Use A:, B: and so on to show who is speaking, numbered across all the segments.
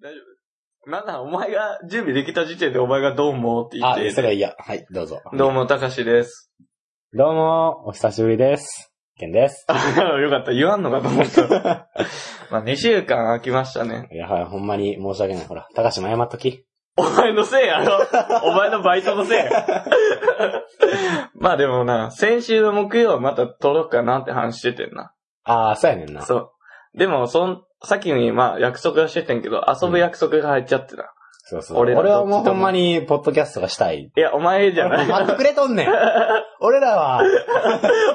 A: 大丈夫なんだ、お前が準備できた時点でお前がどうもって言っ
B: あ、
A: て。
B: それは嫌。はい、どうぞ。
A: どうも、たかしです。
B: どうも、お久しぶりです。ケンです。
A: あよかった。言わんのかと思った。 まあ、2週間空きましたね。
B: いや、はい、ほんまに申し訳ない。ほら、高島謝っとき。
A: お前のせいやろ。お前のバイトのせいや。 まあでもな、先週の木曜はまた撮ろうかなって話しててんな。
B: あー、そうやねんな。
A: そう。でも、そん、先にまあ約束はしててんけど、遊ぶ約束が入っちゃってた。
B: そうそう。
A: 俺
B: 俺
A: ら
B: はもうほんまに、ポッドキャストがしたい。
A: いや、お前じゃ ない。
B: 待ってくれとんねん。俺らは、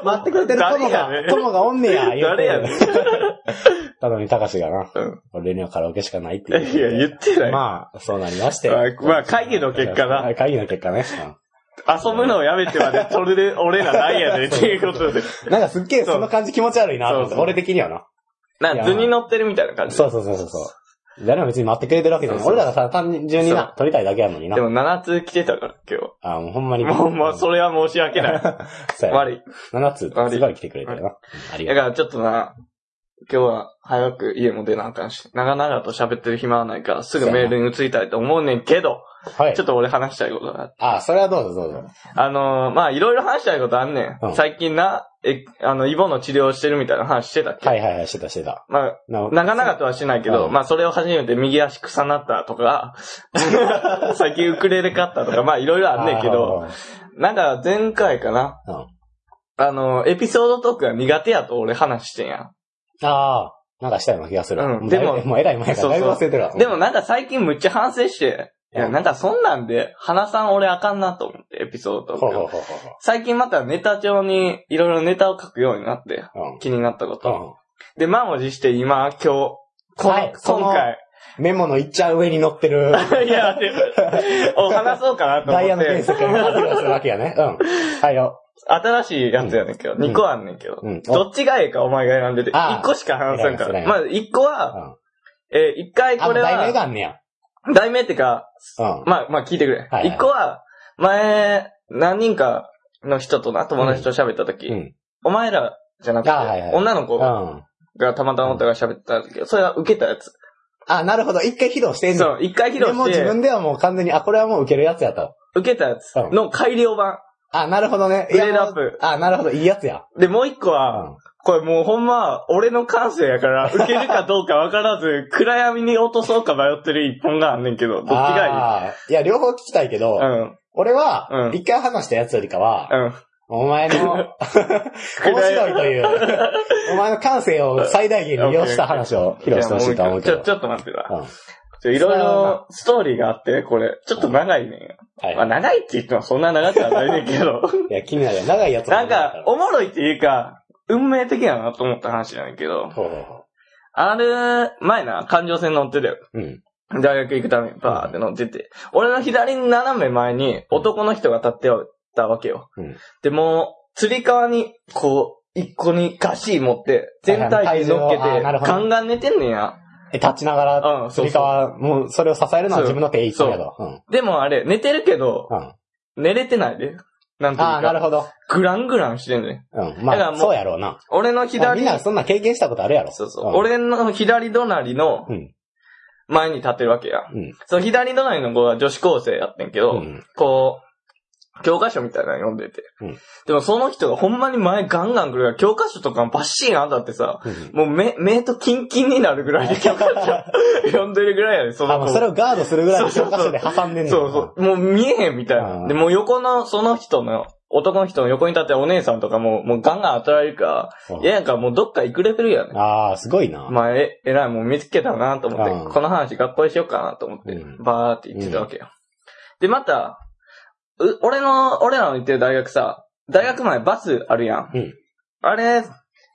B: 待ってくれてる友が
A: 誰やね、ん
B: 友がおんねや、言う
A: 誰
B: て
A: やねん。い
B: ただに高志がな、
A: うん
B: 俺にはカラオケしかないって
A: や、
B: 言って
A: 言ってない。
B: まあ、そうなりまして。
A: まあまあ会議の結果な
B: はい会議の結果ね。
A: 遊ぶのをやめてまで、それで俺らないやで、っていうことで。
B: うんなんかすっげえその感じ気持ち悪いなと思って
A: そうそう
B: 俺的にはな。
A: なんか図に乗ってるみたいな感じ。
B: そうそうそうそうそう。誰も別に待ってくれてるわけじゃない。
A: そうそう
B: 俺らがさ、単純にな、撮りたいだけやのにな
A: で。も7通来てたから、今
B: あもうほんまに。
A: 日。もう、もう、
B: う
A: それは申し訳 ない。
B: そうや。
A: 悪い。
B: 7つ、すごい来てくれてるな。うんあり
A: だ
B: が
A: か
B: と
A: らちょっとな、今日は早く家も出なあかんし、長々と喋ってる暇はないから、すぐメールに移りたいと思うねんけど、
B: う。はい
A: ちょ。っと俺話したいことがあって。
B: あそれはどうぞどうぞ。
A: あのーまあ、いろいろ話したいことあんね
B: うん
A: ん。最近な、え、あの、イボの治療してるみたいな話してたっけ
B: はいはいはい、してたしてた。
A: まあ、
B: な
A: 長々とはしないけど、
B: うん
A: まあ、それを初めて右足草なったとか、 最近ウクレレ買ったとか、まあ、いろいろあんねんけど、、なんか前回かな、
B: うん
A: あの、エピソードトークが苦手やと俺話してんやん。
B: あーあー、なんかしたような気がする。
A: うん
B: う
A: で
B: で
A: も
B: も、もうえらい前からだいぶ忘れてるわ。
A: でもなんか最近むっちゃ反省して、いや、なんかそんなんで、花さん俺あかんなと思って、エピソード
B: うん、
A: ト
B: ほう
A: ー
B: ほう
A: ク。
B: ほうほうほ
A: 最近またネタ帳にいろいろネタを書くようになって、
B: う。うん
A: 気になったこと。
B: うん
A: で、満を持して今、今日、こ
B: はいその
A: 今回、
B: メモのいっちゃう上に乗ってる、
A: いや、 でも、お話そうかなと思
B: ダイヤ
A: っ
B: の原
A: て、
B: 石が発動するわけやね。うん。はいよ。
A: 新しいやつやねんけど、
B: ん
A: 2個あんねんけど、
B: うん。
A: どっちがええかお前が選んでて、
B: ああ
A: 1個しか話せんか
B: 偉い
A: ら。
B: な
A: まず1個は、えー、1回
B: あ
A: こ
B: の、
A: れ
B: 題名
A: は、
B: があんねや。
A: 題名ってか、
B: うん。
A: まあ、まあ聞いてくれ。
B: はいはい
A: 1個は、前、何人かの人とな、友達と喋った時、
B: うん。
A: お前らじゃなくて、
B: あはいはい
A: 女の子
B: うん。
A: がたまたまおったから喋ってたんだけど、それは受けたやつ。
B: あ、なるほど。一回披露してん
A: そ
B: の。
A: う、1回披
B: で
A: 露
B: も
A: し
B: 自
A: て、
B: 分ではもう完全に、あ、これはもう受けるやつやと。
A: 受けたやつの改良版。
B: あ、なるほどね。
A: グレードアップ
B: いやもうあ、なるほど。いいやつや。
A: で、もう1個は、
B: うん。
A: これもうほんま、俺の感性やから、受けるかどうかわから ず、暗闇に落とそうか迷ってる一本があんねんけど、どっちが
B: あーいや、両方聞きたいけ
A: いい
B: ど、
A: うん、
B: 俺は
A: う、ん
B: 一回話したやつよりかは、
A: うん。
B: お前の、 面白いという、お前の感性を最大限に利用した話を披露してほしいと思うけ
A: じゃあも一個ち
B: ど
A: ょ、。ちょっと待ってな。
B: うん
A: ちょいろいろストーリーがあって、これ、ちょっと長いねんよ。まあ
B: は
A: 長いって言ってもそんな長くはないねんけ ど、
B: い。いや、気になるよ。長いやつも
A: なん
B: 気にる
A: か、おもろいっていうか、運命的やなと思った話なんやけど、
B: ほうほうほ
A: あれ、前な、環状線乗ってたよ。
B: う。うん。
A: 大学行くためにバーって乗ってて、俺の左斜め前に男の人が立っておったわけよ。
B: うん
A: で、もう、釣り革に、こう、一個にガシー持って、全体重乗っけて
B: はいはい体重をあーなる、ほど
A: ガンガン寝てんねんや。
B: え、立ちながら、
A: うん、
B: つ
A: そう
B: り
A: そ
B: 革、もうそれを支えるのは自分の手一本やと。うん。うん。
A: う。でもあれ、寝てるけど、
B: あ
A: 寝れてないで。なんてい
B: あー、
A: う
B: なる
A: か、
B: ほど。
A: グラングランしてんねん。
B: うん。
A: だから
B: まあ、
A: もう
B: そうやろうな。
A: 俺の
B: まあ
A: 左、
B: みんなそんな経験したことあるやろ。
A: そうそう、
B: ん、
A: 俺の左隣の
B: うん、
A: 前に立ってるわけや。
B: うん。
A: その左隣の子は女子高生やってんけど、
B: うん。
A: こう、教科書みたいなの読んでて。
B: うん
A: でもその人がほんまに前ガンガン来るから、教科書とかもバッシーンあんだってさ、
B: う ん
A: もう目、目とキンキンになるぐらいで教科書読んでるぐらいやで、その
B: あ、も
A: 子
B: うそれをガードするぐらいの教科書で挟んでんの。
A: そうそう。もう見えへんみたいな。
B: うん
A: で、もう横の、その人の、男の人の横に立ってるお姉さんとかも、もうガンガン当たられるから、
B: うん
A: いやなんかもうどっか行くレベルやね。
B: ああ、すごいな。
A: まあ、え、えらいもん見つけたなと思って、
B: うん
A: この話学校でしようかなと思って、
B: うん
A: バーって言ってたわけよ。で、また、う、俺の、俺らの行ってる大学さ、大学前バスあるやん。
B: うん
A: あれ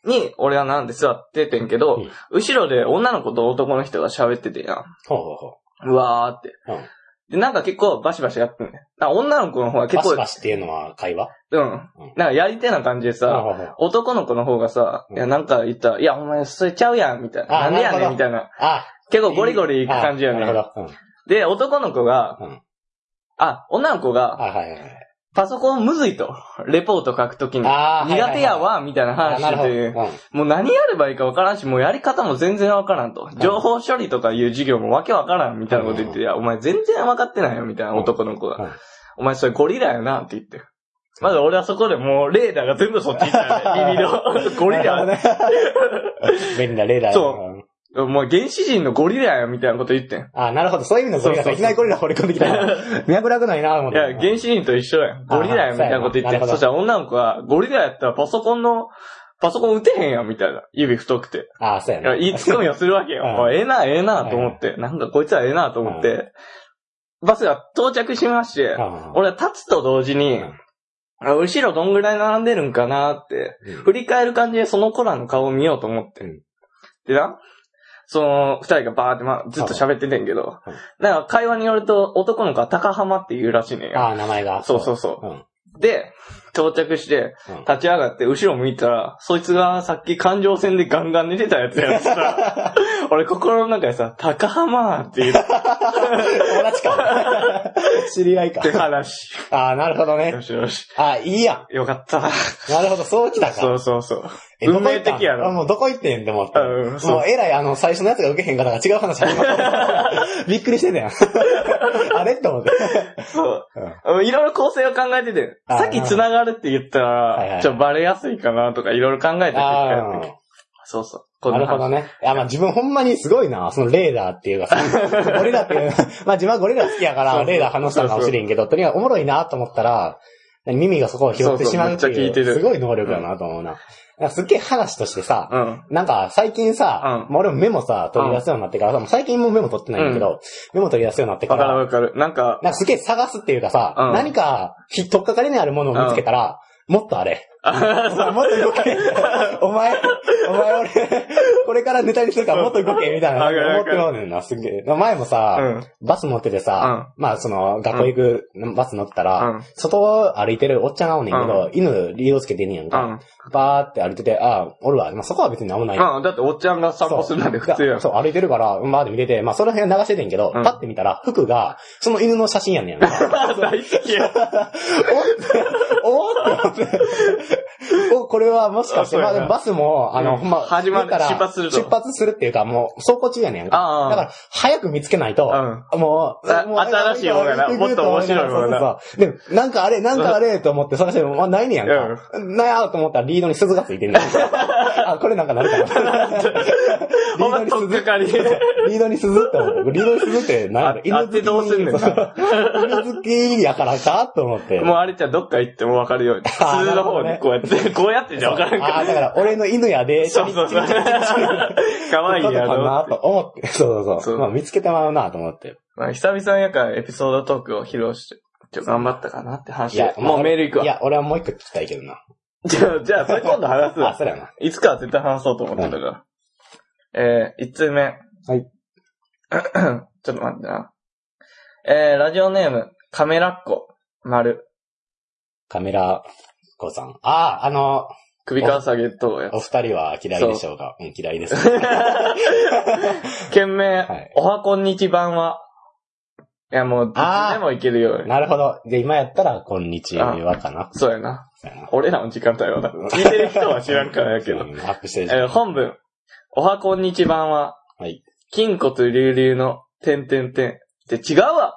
A: に、俺はなんで座っててんけど、
B: うん
A: 後ろで女の子と男の人が喋っててやん。
B: ほうほうほう。
A: うわーって。
B: うん
A: で、なんか結構バシバシやってんねん。なんか女の子の方が結
B: バ
A: 構、
B: シバシっていうのは会話
A: うん。
B: うん
A: なんかやり手な感じでさ、
B: ほうほうほう
A: 男の子の方がさ、
B: うん
A: いや、なんか言ったら、いや、お前、それちゃうやん、みたいな。な
B: あ
A: んでや
B: なる
A: ねん、
B: ほど
A: みたいな。
B: あ、
A: 結構ゴリゴリいく感じやね
B: あなるほど。うん。
A: で、男の子が、
B: うん
A: あ、女の子が、
B: あ、はいはいはい。
A: パソコンむずいと。レポート書くときに。
B: あーはいはいはい
A: 苦手やわ、みたいな話
B: なる
A: し
B: ほど。
A: てて、もう何やればいいかわからんし、もうやり方も全然わからんと。情報処理とかいう授業もわけわからん、みたいなこと言って、いや、お前全然わかってないよ、みたいな男の子
B: うんうん
A: が。お前それゴリラやな、って言って。まず俺はそこでもうレーダーが全部そっち行ったね。耳の。ゴリラ。
B: ね。便利なレーダー。。
A: そうんお前原始人のゴリラや、みたいなこと言ってん。
B: あ、なるほど。そういう意味のゴリラ
A: そうそうそう
B: がいきなりゴリラ掘り込んできたら。脈絡ないな、思っ
A: い
B: て。
A: や、原始人と一緒やん。ゴリラやんみたいなこと言
B: あーそ
A: っ
B: うやな
A: て。そしたら女の子は、ゴリラやったらパソコンの、パソコン打てへんやんみたいな。指太くて。
B: あ、そうや
A: いや
B: な。
A: いいツッコミをするわけよ。
B: うん
A: おいええな、ええなと思って。なんかこいつはええなと思って。バスが到着しまして、
B: あ
A: 俺は立つと同時に
B: うん、
A: あ後ろどんぐらい並んでるんかなって、
B: うん
A: 振り返る感じでその子らの顔を見ようと思って。
B: うん
A: でな、その二人がバーって、ま、ずっと喋っててんけど
B: うん、
A: なんか会話によると男の子は高浜って言うらしいねんよ
B: あ、名前が。
A: そうそううそう。
B: ん。
A: で、到着して
B: うん、
A: 立ち上がって、後ろ向いたら、そいつがさっき環状線でガンガン寝てたやつやって さ、俺心の中でさ、高浜って言っ
B: 友達か。 知り合いか
A: て。話。
B: あ、なるほど
A: よ
B: ね。
A: しよし。
B: あ、いいや
A: よかった。
B: ん。なるほど、そうきた
A: そ
B: か。
A: うそうそう。
B: えどこ行
A: 運
B: っ
A: 命
B: たん
A: 的やろ
B: あもうどこ行ってんって思った。
A: うんそう
B: もうえらい、あの、最初のやつが受けへんから違う話始ま った。びっくりしてたやん。あれって思って。
A: そう。いろいろ構成を考えてて、
B: あー
A: さっき繋がるって言った
B: はいはい
A: ら、ちょ、バレやすいかなとか、いろいろ考えて
B: あ
A: て。そうそう。
B: あ、
A: こん
B: なる
A: な
B: ほど
A: 話。
B: ね。あ、まあ自分ほんまにすごいな。そのレーダーっていうか、そのゴリラっていう、まあ自分はゴリラ好きや
A: そ
B: か
A: う
B: ら、
A: そう
B: レーダー話したのかもしれんけど、とにかくおもろいなと思ったら、耳がそこを拾ってしまうって
A: そうそうめっちゃ聞いて
B: いう、
A: る
B: すごい能力だなと思うな。なんかすっげえ話としてさ、
A: うん。
B: なんか、最近さ、
A: うん
B: もう俺もメモさ、取り出すようになってからさ、もう最近もうメモ取ってないんだけど、メモ取り出すようになってか、
A: わからるわかる。なんか、
B: なんかすげえ探すっていうかさ、
A: うん
B: 何か、ひ、とっかかりにあるものを見つけたら、もっと あれ。もっと動け。 お前、お前俺、これからネタにするからもっと動け、みたいな。
A: わかる
B: 思
A: わ
B: っ
A: か
B: て
A: る
B: まうねんな、すげえ。前もさ、
A: うん
B: バス乗っててさ、まあその、学校行くバス乗ってたら、
A: うん
B: 外を歩いてるおっちゃんがおんねんけど、犬理由つけてんねやん
A: う
B: か。
A: ん。
B: バーって歩いてて、ああ、おるわ。まあそこは別に何もない。
A: まあ、だっておっちゃんが散歩するなんて普通やん。
B: そう、歩いてるから、まあで見てて、まあその辺流しててんけど、
A: うん
B: パッて見たら、服が、その犬の写真 やねん。おっ
A: 大好き や。
B: おって思って。お、これはもしかして、
A: あそう
B: ま
A: や
B: あ
A: な
B: でもバスも、あの、
A: うん
B: ほんま、
A: 始まる
B: 見たら
A: 出発すると
B: 出発するっていうか、もう、走行中やねん
A: あ
B: か。
A: あ
B: だから、早く見つけないと、もう、
A: あ
B: もう
A: 新しいものがなもっと面白いものがな
B: そうそうそうで、なんかあれ、なんかあれと思って探しても、まあ、ないねやんか。なやと思ったらリードに鈴がついて んねん。あ、これなんかなるかな。
A: ほんまとっかかり。
B: リードに鈴って思って、リードに鈴って何やろ
A: ああってどうすんねんな
B: 犬好きやからかと思って。
A: もうあれちゃんどっか行ってもわかるように。普
B: あー
A: 通の方にこうやって、こうやってじゃわからんか
B: あ
A: ら。
B: あ、だから俺の犬やで、
A: そうそう そう。かわいい
B: こと
A: や
B: か
A: ろ。
B: なと思って。そうそうそ。
A: そうう
B: まあ見つけてまうなと思って。
A: まあ、久々やからエピソードトークを披露して。ちょ、頑張ったかなって話
B: いや、まあ
A: もうメール行く
B: い
A: わ。
B: や、俺はもう一個聞きたいけどな。
A: じゃあ、じゃあ、それ今度話す
B: あ、
A: わ。
B: そうやな。
A: いつかは絶対話そうと思ってたから。えー、一通目。
B: はい。
A: ちょっと待ってな。えー、ラジオネーム、カメラっ子、丸、
B: カメラ子さん。ああ、あの、
A: 首から下げとうや
B: お
A: つ。
B: 二人は嫌いでしょうかうん、嫌いです。
A: 件名、
B: はい
A: おはこんにち版は。いや、もう、どっ
B: あー
A: ちでもいけるように。
B: なるほど。で、今やったら、こんにちはかな。
A: そうやな。
B: そうやな
A: 俺らの時間帯 はな。聞いてる人は知らんからやけど
B: う。んアップしてるじゃん
A: えー本文、おはこんにち版は、
B: はい。
A: 筋骨隆々の、てんてんてん。で、違う わ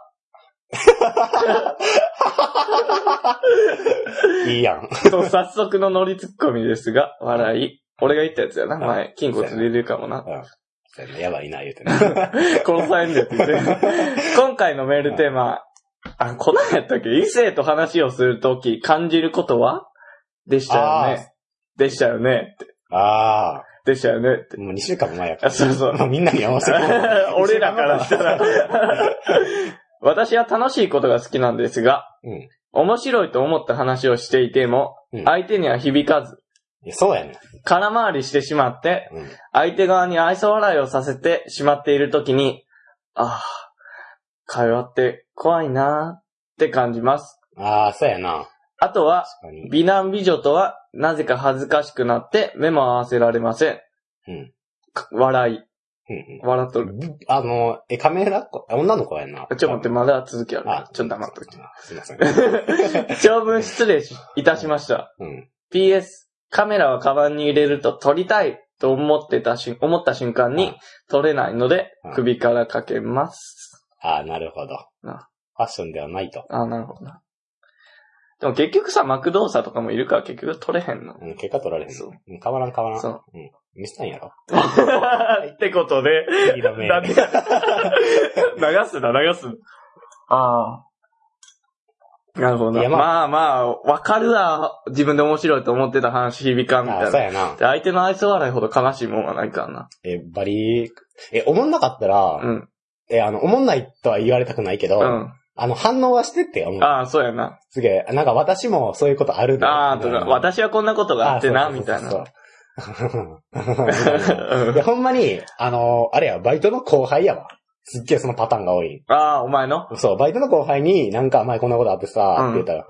B: いいやん。
A: と、早速のノリツッコミですが、笑い。俺が言ったやつやな、前。筋骨出るかもな。
B: そうやなやばいな、言うてね。
A: 殺されんでって言 って。今回のメールテーマ、あ、こないやったっけ異性と話をするとき感じることはでしたよね。でしたよね。
B: ああ、
A: でしたよね。って
B: もう2週間も前やか
A: あそうそう
B: ら。。もうみんなに合わせて。
A: 俺らからしたら。 私は楽しいことが好きなんですが、
B: うん
A: 面白いと思った話をしていても、
B: うん
A: 相手には響かず、
B: いやそうやね。
A: 空回りしてしまって、
B: うん
A: 相手側に愛想笑いをさせてしまっている時に、ああ、会話って怖いなーって感じます。
B: ああ、そうやな。
A: あとは、
B: 確かに。
A: 美男美女とはなぜか恥ずかしくなって目も合わせられません。
B: うん
A: か笑い。
B: うん
A: 笑っとる。
B: ぶあの、え、カメラっ子、あ女の子やんな。
A: ちょっと待って、まだ続きあるから
B: あ。
A: ちょっと黙っといて。
B: あす いません。
A: 長文失礼しいたしました。
B: うん。
A: PS、カメラはカバンに入れると撮りたいと思ってたし、思った瞬間
B: う
A: に
B: ん
A: 撮れないので
B: うん、
A: 首からかけます。
B: ああ、なるほど。フ
A: な
B: ァッションではないと。
A: あ、なるほどな。でも結局さ、マクドーサとかもいるから結局撮れへんの。
B: うん、結果取られへん。
A: そう
B: うん変わらん変わらん。
A: そう。
B: 見せたんやろ
A: ってことで、
B: いいのめ。
A: だ って流すな、流すな。ああ。なるほど
B: い
A: な。
B: やまあ
A: まあまあ、わかるわ。自分で面白いと思ってた話響かんみ
B: あ
A: た
B: あ、
A: い
B: そう
A: な。
B: やな。
A: で相手の愛想笑いほど悲しいもんはないからな。
B: え、バリー、え、思んなかったら、
A: うん。
B: え、あの、思んないとは言われたくないけど、
A: うん。
B: あの、反応はしてって思う。
A: ああ、そうやな。
B: すげえ、あなんか私もそういうことあるんだ
A: ああ、とか、私はこんなことがあってな、みたい。
B: そ
A: な
B: う。そうそうそうそう いや、ほんまに、あのあれや、バイトの後輩やわ。すっげえそのパターンが多い。
A: あ あ、お前の
B: そう、バイトの後輩になんか前こんなことあってさ、
A: うん
B: って言っ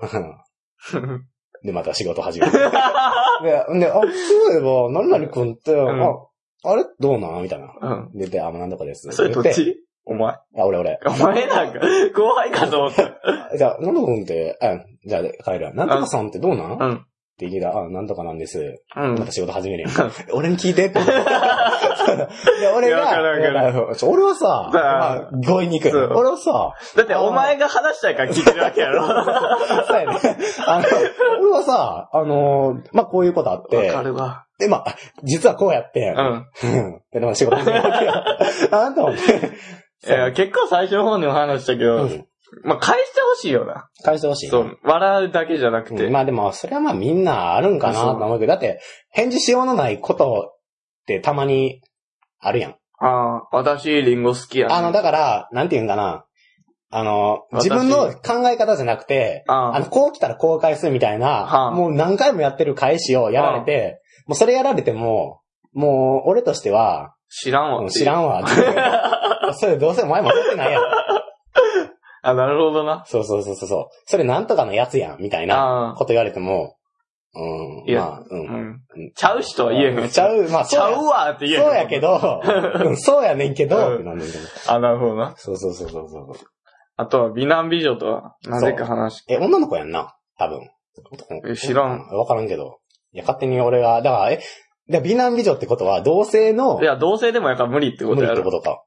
B: たら、 で、また仕 事始める。で、で、あ、そういえば、何々くんって、
A: ん
B: あ、あれどうなんみたいな。
A: うん。
B: 出て、あ、もうなんとかです。
A: それどっ
B: 言て
A: ちお前。
B: あ、俺俺。
A: お前なんか、後輩かと思った。
B: じゃあ、なんとかくんって、あ、じゃあ、帰るわ。なんとかさんってどうな
A: う
B: んっ
A: ん。
B: て聞いたら、あ、なんとかなんです。
A: うん
B: ま。た仕事始めるやん
A: うん。
B: 俺に聞いて って。で俺
A: いやわかるわか
B: が、ちょ俺はさ、
A: だ
B: まあ、強引に行く
A: そう
B: よ。俺はさ、
A: だって、お前が話したいから聞いてるわけやろ。
B: そうやね。あの、俺はさ、あのー、まあ、こういうことあっ
A: わ
B: て
A: か、るわ。
B: で、まあ、実はこうやってん
A: う、ん。
B: うん。で、でも仕事始める わけよ。あんたもね、
A: いや、結構最初の方にも話したけ
B: う
A: ど、
B: ん。
A: まあ、返してほしいよな。
B: 返してほしい。
A: そう。笑うだけじゃなく
B: う
A: て。
B: んまあでも、それはまあみんなあるんかなと思うけど、だって、返事しようのないことってたまにあるやん。
A: ああ、私、リンゴ好きやね
B: あの、だから、なんて言うんかな。あの、自分の考え方じゃなくて、
A: ああ
B: あの、こう来たらこう返すみたい
A: は
B: な
A: あ、
B: もう何回もやってる返しをやられて、もうそれやられても、もう、俺としては、
A: 知らんわ
B: う
A: っ
B: ん
A: て。
B: 知らんわって。 それどうせお前も思ってないやん。
A: あ、なるほどな。
B: そうそうそうそうそう。それなんとかのやつやん、みたい
A: あ
B: な
A: あ
B: こと言われても、うん、
A: いや
B: まあ、う。
A: うんん。ちゃう人は言えへん。
B: ちゃ。う、まあ、
A: ちゃうわって言えへん。
B: そうやけ。ど、うんそうやねんけど、
A: うん
B: ってなんねんけど
A: あ、なるほどな。
B: そうそうそうそうそう。
A: あとは、美男美女とは、なぜか話し
B: え、女の子やんな多分。男の子
A: え知らん
B: うわからんけど。いや、勝手に俺が、だから、え、で美男美女ってことは、同性の
A: い、や、同性でもやから無理ってこ
B: 無
A: と
B: 理っ
A: や
B: てこ
A: ろ。
B: とか。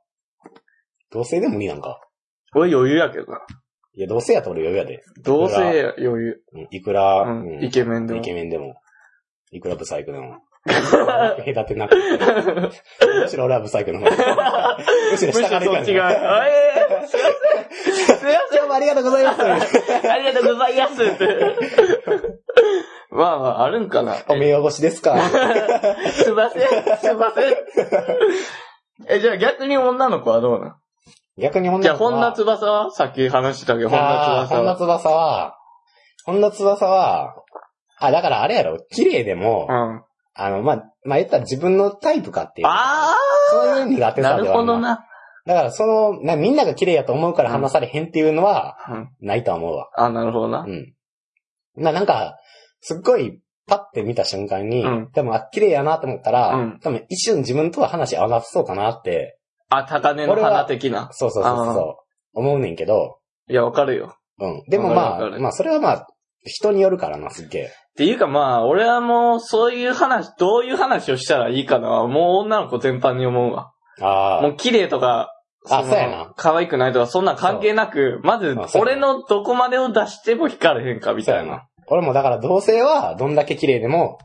B: 同性でも無理なんか。
A: 俺余裕やけどな。
B: いや、同性やと俺余裕やで。
A: 同性余裕。
B: うんいくら、
A: う。
B: うんん
A: イケメンでも
B: イ。ケメンでも。いくらブサイク でも。隔てなくて。むしろ俺はブサイクの方が。 むしろ
A: むしろ
B: 下から行
A: そ
B: か
A: っ
B: ん
A: ちが、
B: から。
A: あえーすいません。すいません。
B: 今日もありがとうございます。
A: ありがとうございますって。まあまあ、あるんかな。
B: お目汚しですか
A: すいません、すいません。え、じゃあ逆に女の子はどうな
B: 逆に
A: ん
B: 女
A: じゃあ、
B: の子は
A: 本田翼はさっき話してたけど、本
B: あ
A: 田
B: ー
A: 翼
B: 本田
A: は。
B: 翼は、本田翼は、あ、だからあれやろ、綺麗でも
A: う、ん。
B: あの、まあ、まあ、言ったら自分のタイプかっていう。
A: あ
B: そういう意味があっ
A: あ
B: て
A: な
B: さ、
A: る
B: ではあ
A: ほ
B: るな
A: どな。
B: だからその、なみんなが綺麗やと思うから話されへんっていうのは、
A: うん。
B: ないとは思うわ。
A: あなるほどな
B: う。ん。まあ、なんか、すっごい、パッて見た瞬間に、
A: うん
B: 多分、あ、綺麗やなと思ったら、
A: うん
B: 多分一瞬自分とは話合わなさそうかなって、
A: あ、高根の花的な。
B: そうそうそうそう、思うねんけど、
A: いや、わかるよ。
B: うん。でもま
A: わかるわか
B: あ、
A: る
B: まあ、それはまあ、人によるからな、すっげえ。
A: っていうかまあ、俺はもう、そういう話、どういう話をしたらいいかなは、もう女の子全般に思うわ。
B: ああ。
A: もう綺麗とか、
B: あ
A: の
B: そうやな
A: 可愛くないとか、そんなん関係なく、まず
B: あ、そうや
A: 俺
B: な
A: のどこまでを出しても光れへんか、み
B: そう
A: た
B: や
A: いな。
B: な。俺もだから同性は、どんだけ綺麗でも、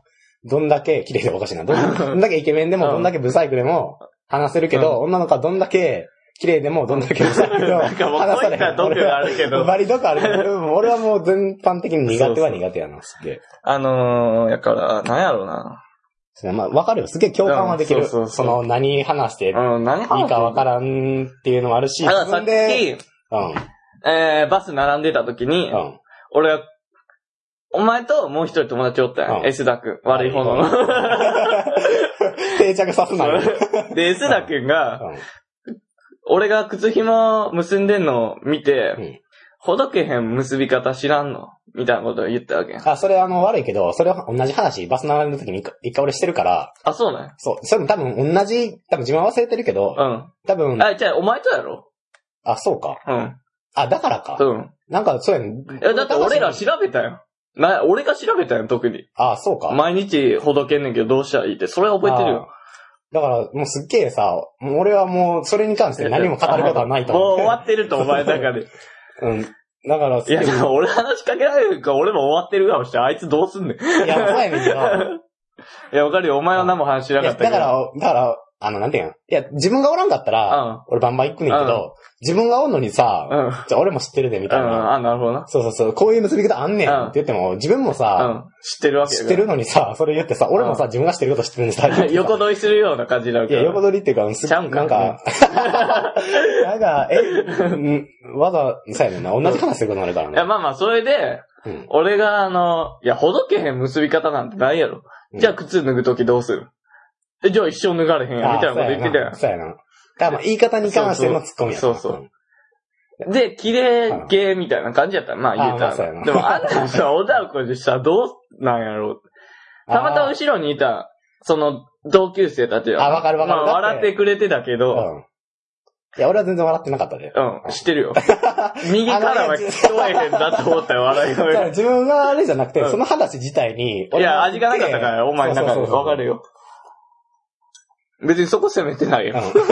B: どんだけ綺麗でもおかしいな。ど んどんだけイケメンでも、
A: うん
B: どんだけブサイクでも、話せるけど、女の子はどんだけ綺麗でも、どんだけブサイクで も、
A: なんかもう、こ
B: 話
A: う
B: さ
A: い
B: れ
A: っ
B: へ
A: た
B: ん。
A: 度胸
B: 俺
A: があ
B: は
A: るけど、
B: バリどこあるけど、うん俺はもう全般的 に苦手は苦手やな、すっげえ。
A: あのー、やから、なんやろうな。
B: そうねまあ、わかるよ。すげえ共感はでき
A: うん
B: る。
A: そうそう
B: そ
A: そう
B: の、何話していいか
A: うん、何話
B: わかららんっていうのもあるし、
A: だからさっき、
B: で、
A: え
B: うん、
A: ー、バス並んでた時に、
B: うん。
A: 俺は、お前ともう一人友達おったや
B: うん
A: ん。S ダ君。悪い方の。
B: 定着させない。うん。
A: で、S ダ君が、俺が靴紐結んでんのを見て、
B: うん
A: ほどけへん結び方知らんのみたいなことを言ったわけやん。
B: あ、それあの、悪いけど、それは同じ話、バス流れの時に一回一回俺してるから、
A: あ、そうなんや
B: そう、それも多分同じ、多分自分は忘れてるけど、多
A: う
B: 分
A: ん。、あ、じゃあ、お前とやろ
B: あ、そうか。
A: うん。
B: あ、だからか。
A: うん。
B: なんか、そうやん。
A: え、だって俺ら調べたやん。な、俺が調べたやん、特に。
B: あ、そうか。
A: 毎日ほどけんねんけどどうしたらいいって、それは覚えてるよ。
B: あー。だから、もうすっげえさ、もう俺はもう、それに関して何も語ることはないと
A: もう
B: 思
A: 終わってると、お前の中 で。
B: う。うん。だから、す
A: い
B: っ
A: や、
B: げえ
A: でも俺話しかけられるから俺も終わってるかもしれん。あいつどうすんねん。
B: いや、怖いねんけど。い
A: いや、わかるよ。お前は何も話しなか
B: や
A: っ
B: だ
A: たけ
B: か
A: ど。
B: ら、だから、あの、なんていうんいや、自分がおらんかったら、俺バンバン行くねんけど、自分がおんのにさ、
A: うん。うん。うん。
B: じゃあ俺も知ってるで、みたいな。
A: あ、なるほどな。
B: そうそうそう、こういう結び方あんねん
A: うん
B: って言っても、自分もさ、
A: うん。知ってるわけ
B: 知
A: よ
B: ってるのにさ、それ言ってさ、俺もさ、自分が知ってること知ってるんで さ、
A: 横取りするような感じになる
B: い
A: から。
B: や、横取りっていうか、す
A: ちゃうんか
B: なんか、 なんか、え、うんわざ、そうやねんな、同じ話することになるから
A: いや、
B: ね。
A: まあまあ、それで、
B: うん
A: 俺が、あの、いや、ほどけへん結び方なんてないやろ。
B: うん
A: じゃあ、靴脱ぐときどうするえ、じゃあ一生脱がれへんや、みたいなこと言ってたや
B: あそうやな。そうやなだからまあ、言い方に関してのツッコミやな
A: そうそうなん。で、綺麗系みたいな感じやったら、まあ言え
B: あまあ
A: た
B: そうや
A: ら。
B: な
A: でも、あんた さ、女の子でさ、どうなんやろう。たまたま
B: あー
A: 後ろにいた、その、同級生たちは。
B: あわかるわかる
A: まあ
B: だって
A: 笑ってくれてたけど、
B: うん。いや、俺は全然笑ってなかったで。
A: うん、知ってる よ。右からは聞こえへんだと思ったよ、笑い
B: だから
A: 声。
B: 自分があれじゃなくて、
A: うん
B: その話自体に、
A: いや、味がなかったから、お前の中で。わかる
B: よ。
A: よ。別にそこ責めてないよ。
B: うんい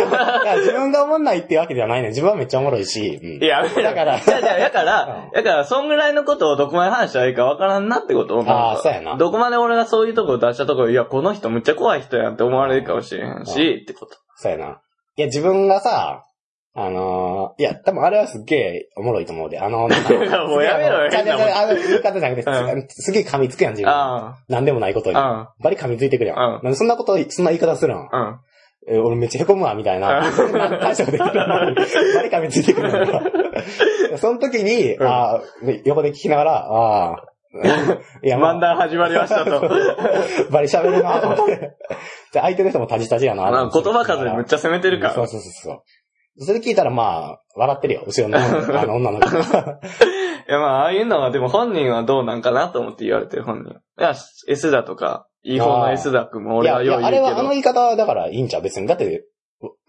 B: や自分がおもんないってわけではないね。自分はめっちゃおもろいし。うん
A: いや、
B: だから
A: いや、いやだから、だから、そんぐらいのことをどこまで話したらいいかわからんなってこと思う。
B: あーそうやな
A: どこまで俺がそういうとこ出したところ、いや、この人むっちゃ怖い人やんって思われるかもしれへんし、ってこと。
B: そうやな。いや、自分がさ、あのーいや、多分あれはすっげえおもろいと思うで。あのー、なん か
A: もうやめろよ
B: すげえあの
A: 変なもん
B: じゃあじゃああの言い方じゃなくて、
A: う
B: すすげえ噛みつくやん、自分。
A: あ
B: なんでもないこと
A: あ、
B: に。
A: うん、
B: バリ噛みついてくるやん。
A: うん
B: なんでそんなこと、そんな言い方するん、
A: うん。
B: え俺めっちゃ凹むわ、みたいな。
A: うん
B: 対処できるのに。 バリ噛みついてくる やん。その時に、
A: うん
B: あーで横で聞きながら、ああ、いや、まあ
A: 漫談始まりました と。
B: バリ喋るなと思 って。で相手の人もタジタジやな
A: あの、
B: と思って
A: 言葉数でむっちゃ攻めてるか
B: そう
A: ら。
B: そうそうそう。それ聞いたらまあ、笑ってるよ、 後ろの、あの女の子。
A: いや、まあ、ああいうのは、でも本人はどうなんかなと思って言われてる本人。いや、S だとか、いい方の S だくんも
B: い
A: 俺
B: や、
A: はいよう
B: や、
A: 言
B: あ
A: う
B: れ
A: け
B: は、あ
A: ど。
B: の言い方はだからいいんちゃう別に。だって、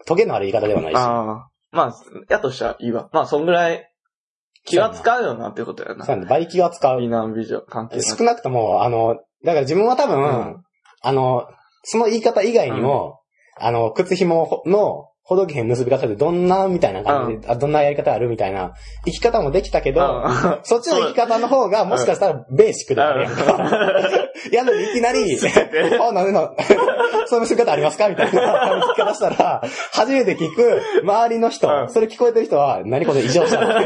B: トゲのある言い方ではないし。
A: ああ。まあ、やとしたらいいわ。まあ、そんぐらい気は使うよなってことやな
B: そう。なんだ、馬力は使
A: 美
B: う。
A: 男美女関係なく。
B: 少なくとも、あの、だから自分は多分、
A: うん
B: あの、その言い方以外にも、あの、靴紐の、ほどけへん結び方でどんなみたいな感じで、あどんなやり方あるみたいな、生き方もできたけど、
A: うん
B: そっちの生き方の方が、もしかしたらベーシックだよね。いや、でもいき なり、 あ、なんでの、そういう見せ方ありますかみたいな聞き方したら、初めて聞く周りの人
A: う、ん
B: それ聞こえてる人は、何これ異常者っ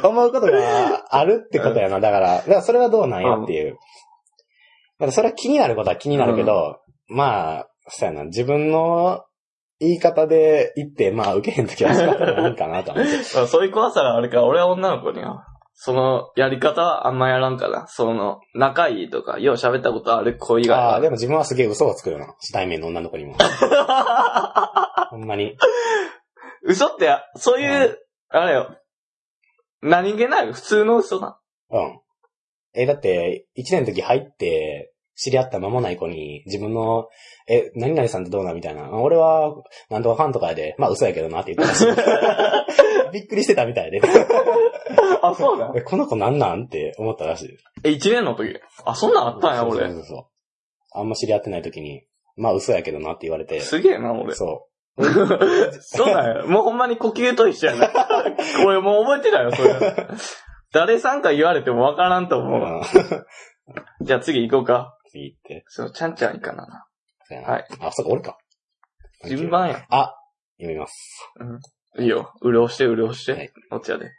B: て 思うことがあるってことやな。だから、だからそれはどうなんやっていう。だからそれは気になることは気になるけど、まあ、そうやな、自分の言い方で言って、まあ、受けへんときは仕方ないかなと 思って。
A: そうそういう怖さがあるから、俺は女の子には、そのやり方はあんまやらんから、その、仲いいとか、よう喋ったことある子以外
B: ああ、
A: は。
B: でも自分はすげえ嘘をつくよな。初対面の女の子 にも。ほんまに。
A: 嘘って、そういう、あれよ。何気ない普通の嘘だ。
B: うん。え、だって、一年の時入って、知り合った間もない子に、自分の、え、何々さんってどうなみたいな。あ俺は、なんとかファンとかやで、まあ嘘やけどなって言ったらし い。びっくりしてたみたいで。
A: あ、そうだ。
B: えこの子なんなんって思ったらしい。
A: え、一年の時。あ、そんなんあったんや、
B: そうそう
A: 俺。
B: そうそう。あんま知り合ってない時に、まあ嘘やけどなって言われて。
A: すげえな、俺。
B: そ
A: そうなんや。もうほんまに呼吸と一緒や な。俺もう覚えてたよ、それ。誰さんか言われてもわからんと
B: う。
A: 思
B: う
A: うわ。
B: ん。
A: じゃあ次行こうか。
B: 次行って。
A: そう、ちゃんちゃんいいかな。
B: そうやな
A: はい。
B: あ、そうか、俺か。
A: 順番や。
B: 読みます。
A: いいよ。潤して、潤して。
B: はい
A: お茶で。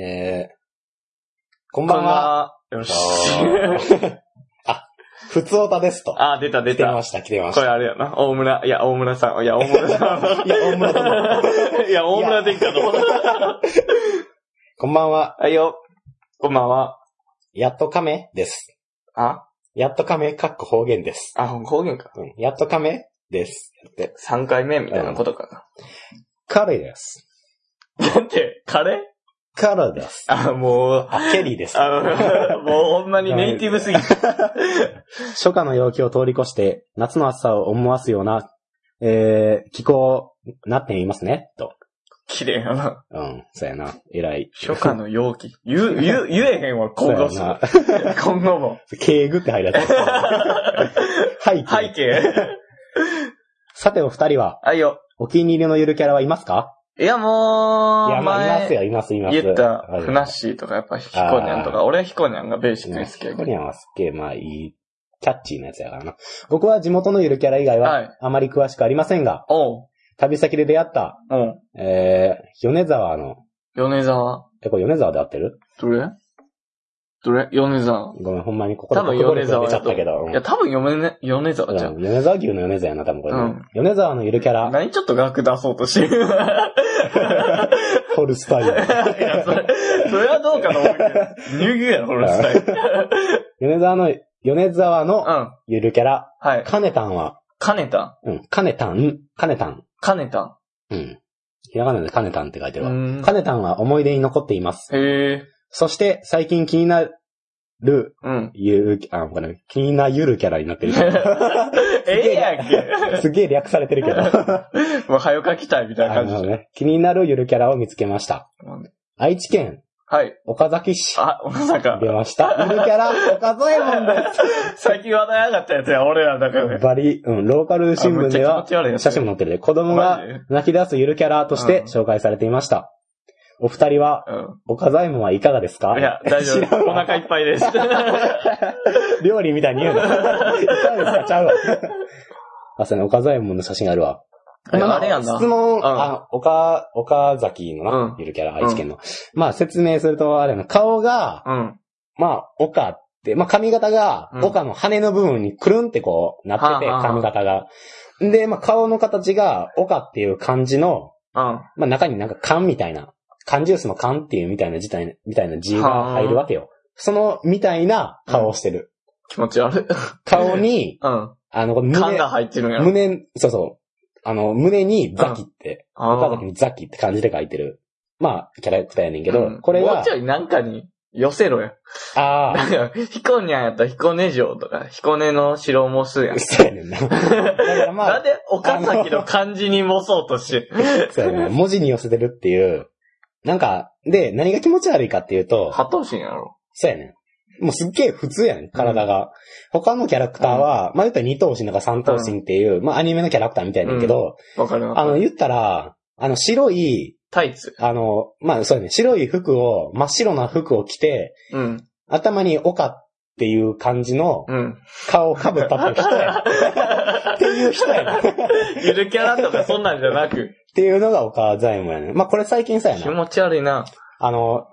B: えー、こん
A: こ
B: ばんは。
A: よし。
B: ふつおたですと。
A: あ、出た出
B: 来て
A: た
B: ま。した、来てまし
A: こ
B: た。
A: れあれやな。大村、いや、大村さん。いや、大村さ
B: いや、大村とも
A: ん。いや、大村でいいかと思った。
B: こんばんは。
A: はいよ。こんばんは。
B: やっとカメです。
A: あ
B: やっとカメ、かっこ方言です。
A: あ、方言か。
B: うん、やっとカメです。
A: 3回目みたいなことか
B: カレーです。
A: な。だって、カレー
B: からです。
A: あ、もう、
B: あ、ケリーです。
A: あもうほんまにネイティブすぎて。
B: 初夏の陽気を通り越して、夏の暑さを思わすような、えー、気候、なっていますね、と。
A: 綺麗や な。
B: うん、そうやな。偉い。
A: 初夏の陽気。言う、言う、言えへんわ、
B: そ
A: 今
B: う
A: 後
B: や
A: す
B: な。
A: ぐ今後も。
B: 敬具って入られ た。背景。
A: 背景。
B: さてお二人は、
A: あいよ。
B: お気に入りのゆるキャラはいますか
A: いや、も、
B: いうや、まあ、います
A: 前
B: よ、います、います。
A: 言った、
B: はい
A: ふなっしーとか、やっぱヒコニャンとか、俺はヒコニャンがベーシックに好きや
B: コ
A: け
B: リアンはすっげえ、まあ、いい、キャッチーなやつやからな。僕は地元のゆるキャラ以外
A: ど。は
B: は、
A: い。
B: あまり詳しくありませんが、
A: おう。
B: 旅先で出会った、
A: うん。
B: えー、米沢の、
A: 米沢。
B: え、これ米沢で合ってる
A: どれどれ米沢。
B: ごめん、ほんまにここで
A: 多分
B: 国語力
A: 米沢
B: 出
A: や
B: ち
A: と
B: ゃったけど。うん
A: いや、多分米ね、米沢じゃん。
B: うん米沢牛の米沢やな、多分これね、米沢のゆるキャラ、
A: 何ちょっと額出そうとしてる い
B: ホルスタ イル。
A: や、それ、それはどうかと思うけど。ニューギーやろ、俺スタイル。
B: 米沢の、米沢
A: うん。
B: の
A: は
B: ゆるキャラ、
A: い。
B: カネタンは、
A: カネタ
B: うん、カネタン、カネタン。
A: ン。カネタ
B: うん。ひらがなでカネタンって書いて
A: ン。
B: る
A: う
B: わ。
A: ん。
B: カネタンは思い出に残っています。
A: へえ。
B: そして、最近気になる、
A: うん。
B: ゆる、あ、ごめん、気になゆるキャラになっ てる。
A: ええやんけ。
B: すげえ略されてるけど。
A: もう、はよ書きたいみたいな
B: あ
A: 感じ
B: の
A: で。
B: ね、気になるゆるキャラを見つけました
A: なんで。
B: 愛知県、
A: はい。
B: 岡崎市。
A: あ、まさか
B: 出。ました。ゆるキャラ、岡添えも んで
A: 最近話題上がったやつや、俺らだから
B: す。。バリ、うん、ローカル新聞
A: あめ
B: で
A: っちゃ気持
B: は
A: ち悪いや、つ
B: 写真も載ってるで、子供が
A: マジで
B: 泣き出すゆるキャラとして紹介されていました。お二人は、
A: う
B: 岡左衛門はいかがですか
A: ん。いや、大丈
B: 知らん
A: 夫。お腹いっぱい です。
B: 料理みたいに 言うな。いかがですかちゃうわ。あ、そうね、岡左衛門の写真があるわ。
A: いやあれやんな
B: 質問、
A: ん
B: あ、岡、岡崎の
A: うん
B: な、ゆるキャラ、愛知県の。まあ説明すると、あれやな、顔が、
A: うん。
B: まあ、岡って、まあ髪型が
A: う、ん
B: 岡の羽の部分にくるんってこう、なってて、
A: はあはあ
B: 髪型が。で、まあ顔の形が、岡っていう漢字の、
A: うん。
B: まあ中になんか缶みたいな、缶ジュースの缶っていうみたいな字体、みたいな字が入るわけよ。その、みたいな顔をしてる。
A: 気持ち悪い。
B: 顔に、
A: うん。
B: あの、この
A: 缶
B: 胸
A: が、入ってるんやろ。
B: 胸、そうそう。あの、胸にザキって、
A: あ
B: 岡
A: ー
B: 崎にザキって漢字で書いてる。まあ、キャラクターやねんけど、
A: うん
B: これ
A: もう
B: が
A: ち、ょいなんかに寄せろよ。
B: あ
A: なんか、ヒコニャンやったらヒコネ城とか、ヒコネの城モスや
B: あ、
A: ん。
B: そうやねんな。だからま
A: なん
B: あ、
A: で岡崎の漢字に模そうとして。
B: そうやねんな文字に寄せてるっていう。なんか、で、何が気持ち悪いかっていうと、
A: ハトシンやろ。
B: そうやねん。もうすっげえ普通やねん、体が。他のキャラクターは、まあ言ったら二頭身とか三頭身っていう、まあアニメのキャラクターみたいなんやけど、
A: わかるわか
B: あの
A: る。
B: 言ったら、あの白い、
A: タイツ。
B: あの、まあそうやね、白い服を、真っ白な服を着て、
A: うん。
B: 頭に岡っていう感じの
A: うん。
B: 顔を被ったっていう人やねんっていう人やねん。っ
A: ゆるキャラとかそんなんじゃなく、
B: ていうのが岡左衛門やねん。まあこれ最近さや
A: 気
B: な。
A: 持ち悪いな。
B: あの、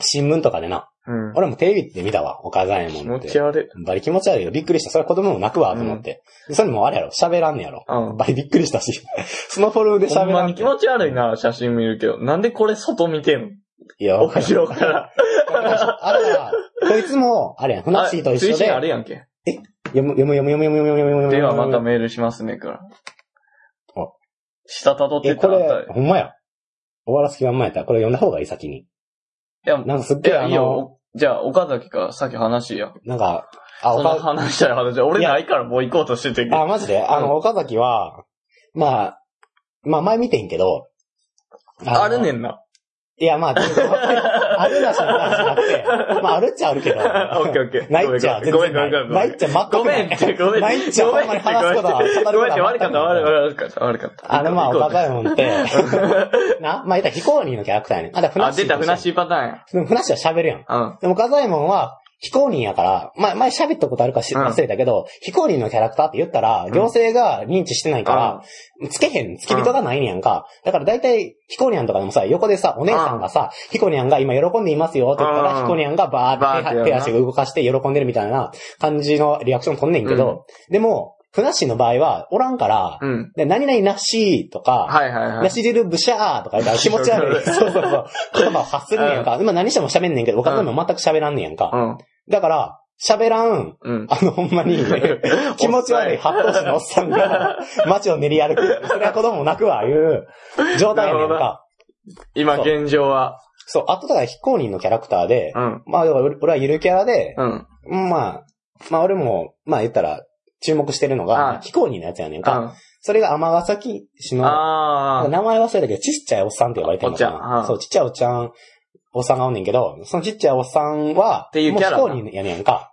B: 新聞とかでな。
A: うん。
B: 俺もテレビで見たわ、岡左衛
A: 気
B: 門
A: 持
B: って。
A: ち悪い。
B: バリ気持ち悪いよ。びっくりした。それは子供も泣くわ、と思って。それもあれやろ。喋らんねやろ。
A: うん。
B: バリびっくりしたし。スマホルで
A: ほん
B: 喋
A: ま
B: ら
A: に
B: ん。
A: 気持ち悪いな、写真見るけど。なんでこれ外見てん
B: いや、
A: の
B: わか
A: 屋
B: る
A: 上から。
B: あれは、こいつも、あれやん。ふなっしーと一緒で
A: あ。あれやんけ。
B: 読む、読む、読む、読む、読む、読む、読む。
A: ではまた
B: た
A: メールしますね、から。
B: あ
A: 下たどって
B: え、
A: った
B: こ
A: らあった
B: れ、ほんまや。終わらす気満々やった。これ読んだ方がいい、先に。
A: いや、
B: なんかすっ
A: い
B: げえ、
A: や、
B: あ
A: いいよ。
B: の、
A: おじゃあ、岡崎からさっき話や。
B: なんか、あ、
A: その
B: 岡、
A: 話したい話。俺
B: いや
A: ないからもう行こうとしててんけど。
B: あ、マジであの、岡崎は、まあ、まあ前見てんけど、の
A: あるねんな。
B: いや、まあ、ちょっとあるなしの話じゃなくて、まあ、あるっちゃあ るけど。
A: オッケーオッケ ー。
B: ないっちゃ、全
A: ごめん
B: 然
A: ご
B: な
A: めん
B: い。
A: ごめ
B: ない
A: ん
B: っちゃ、全く
A: ごめん。ごめんって、ごめん。
B: ないっちゃ、
A: ご
B: ほ
A: め
B: ん
A: ん
B: まに
A: って、ご
B: 話す
A: め
B: ことは、語ることは
A: んって、悪かった、
B: 全くない
A: 悪かった、悪かった。
B: あの、ま
A: 行
B: あ、
A: こう
B: 岡田もんって、 な、まあ、言ったら非公認のキャラクターやねん。あ、だから
A: あ、出た、ふなっ。しーパターンや。
B: でも、ふなっしは喋るやん。
A: うん。
B: でも、岡田もんは、非公認やから、まあ、前喋ったことあるかし
A: うん
B: 忘れたけど、非公認のキャラクターって言ったら、行政が認知してないから、つけへん、付き人がないねやんか。だから大体、ヒコニャンとかでもさ、横でさ、お姉さんがさ、ヒコニャンが今喜んでいますよって言った
A: う
B: ら、
A: ん
B: ヒコニャンがバーっ
A: バーって
B: て
A: や
B: 手
A: るな
B: 手足を動かして喜んでるみたいな感じのリアクション取んねんけど、でも、ふなっしーの場合は、おらんから、
A: うん。
B: で何々なっしーとか、
A: はいはいは。
B: ないし汁ブシャーとか言ったら気持ち悪い。そうそうそう。言葉を発するねやんか。今何しても喋んねんけど、おかずも全く喋らんねやんか。
A: うん。
B: だから、喋らん、
A: うん。
B: あの、ほんま に、 気持ち悪い八頭身のおっさんが、街を練り歩く。それは子供も泣くわ、いう状態やね
A: な
B: ん
A: るほ
B: か。
A: 今、現状は。
B: そう、あとだから非公認のキャラクターで、
A: うん。
B: まあ、だから俺俺はゆるキャラで、
A: うん。
B: まあ、まあ俺も、まあ言ったら、注目してるの
A: あ
B: が
A: あ、
B: 非公認のやつやねんか。
A: あ
B: それが尼崎市の、
A: あー。
B: 名前忘れたけど、ちっちゃいおっさんって呼ばれてるのか
A: おっちゃん
B: な。
A: うん
B: そう、ちっちゃいおっちゃん、おっさんがおんねんけど、そのちっちゃいおっさんは、
A: っていうキャラな
B: もう非公認やねんか。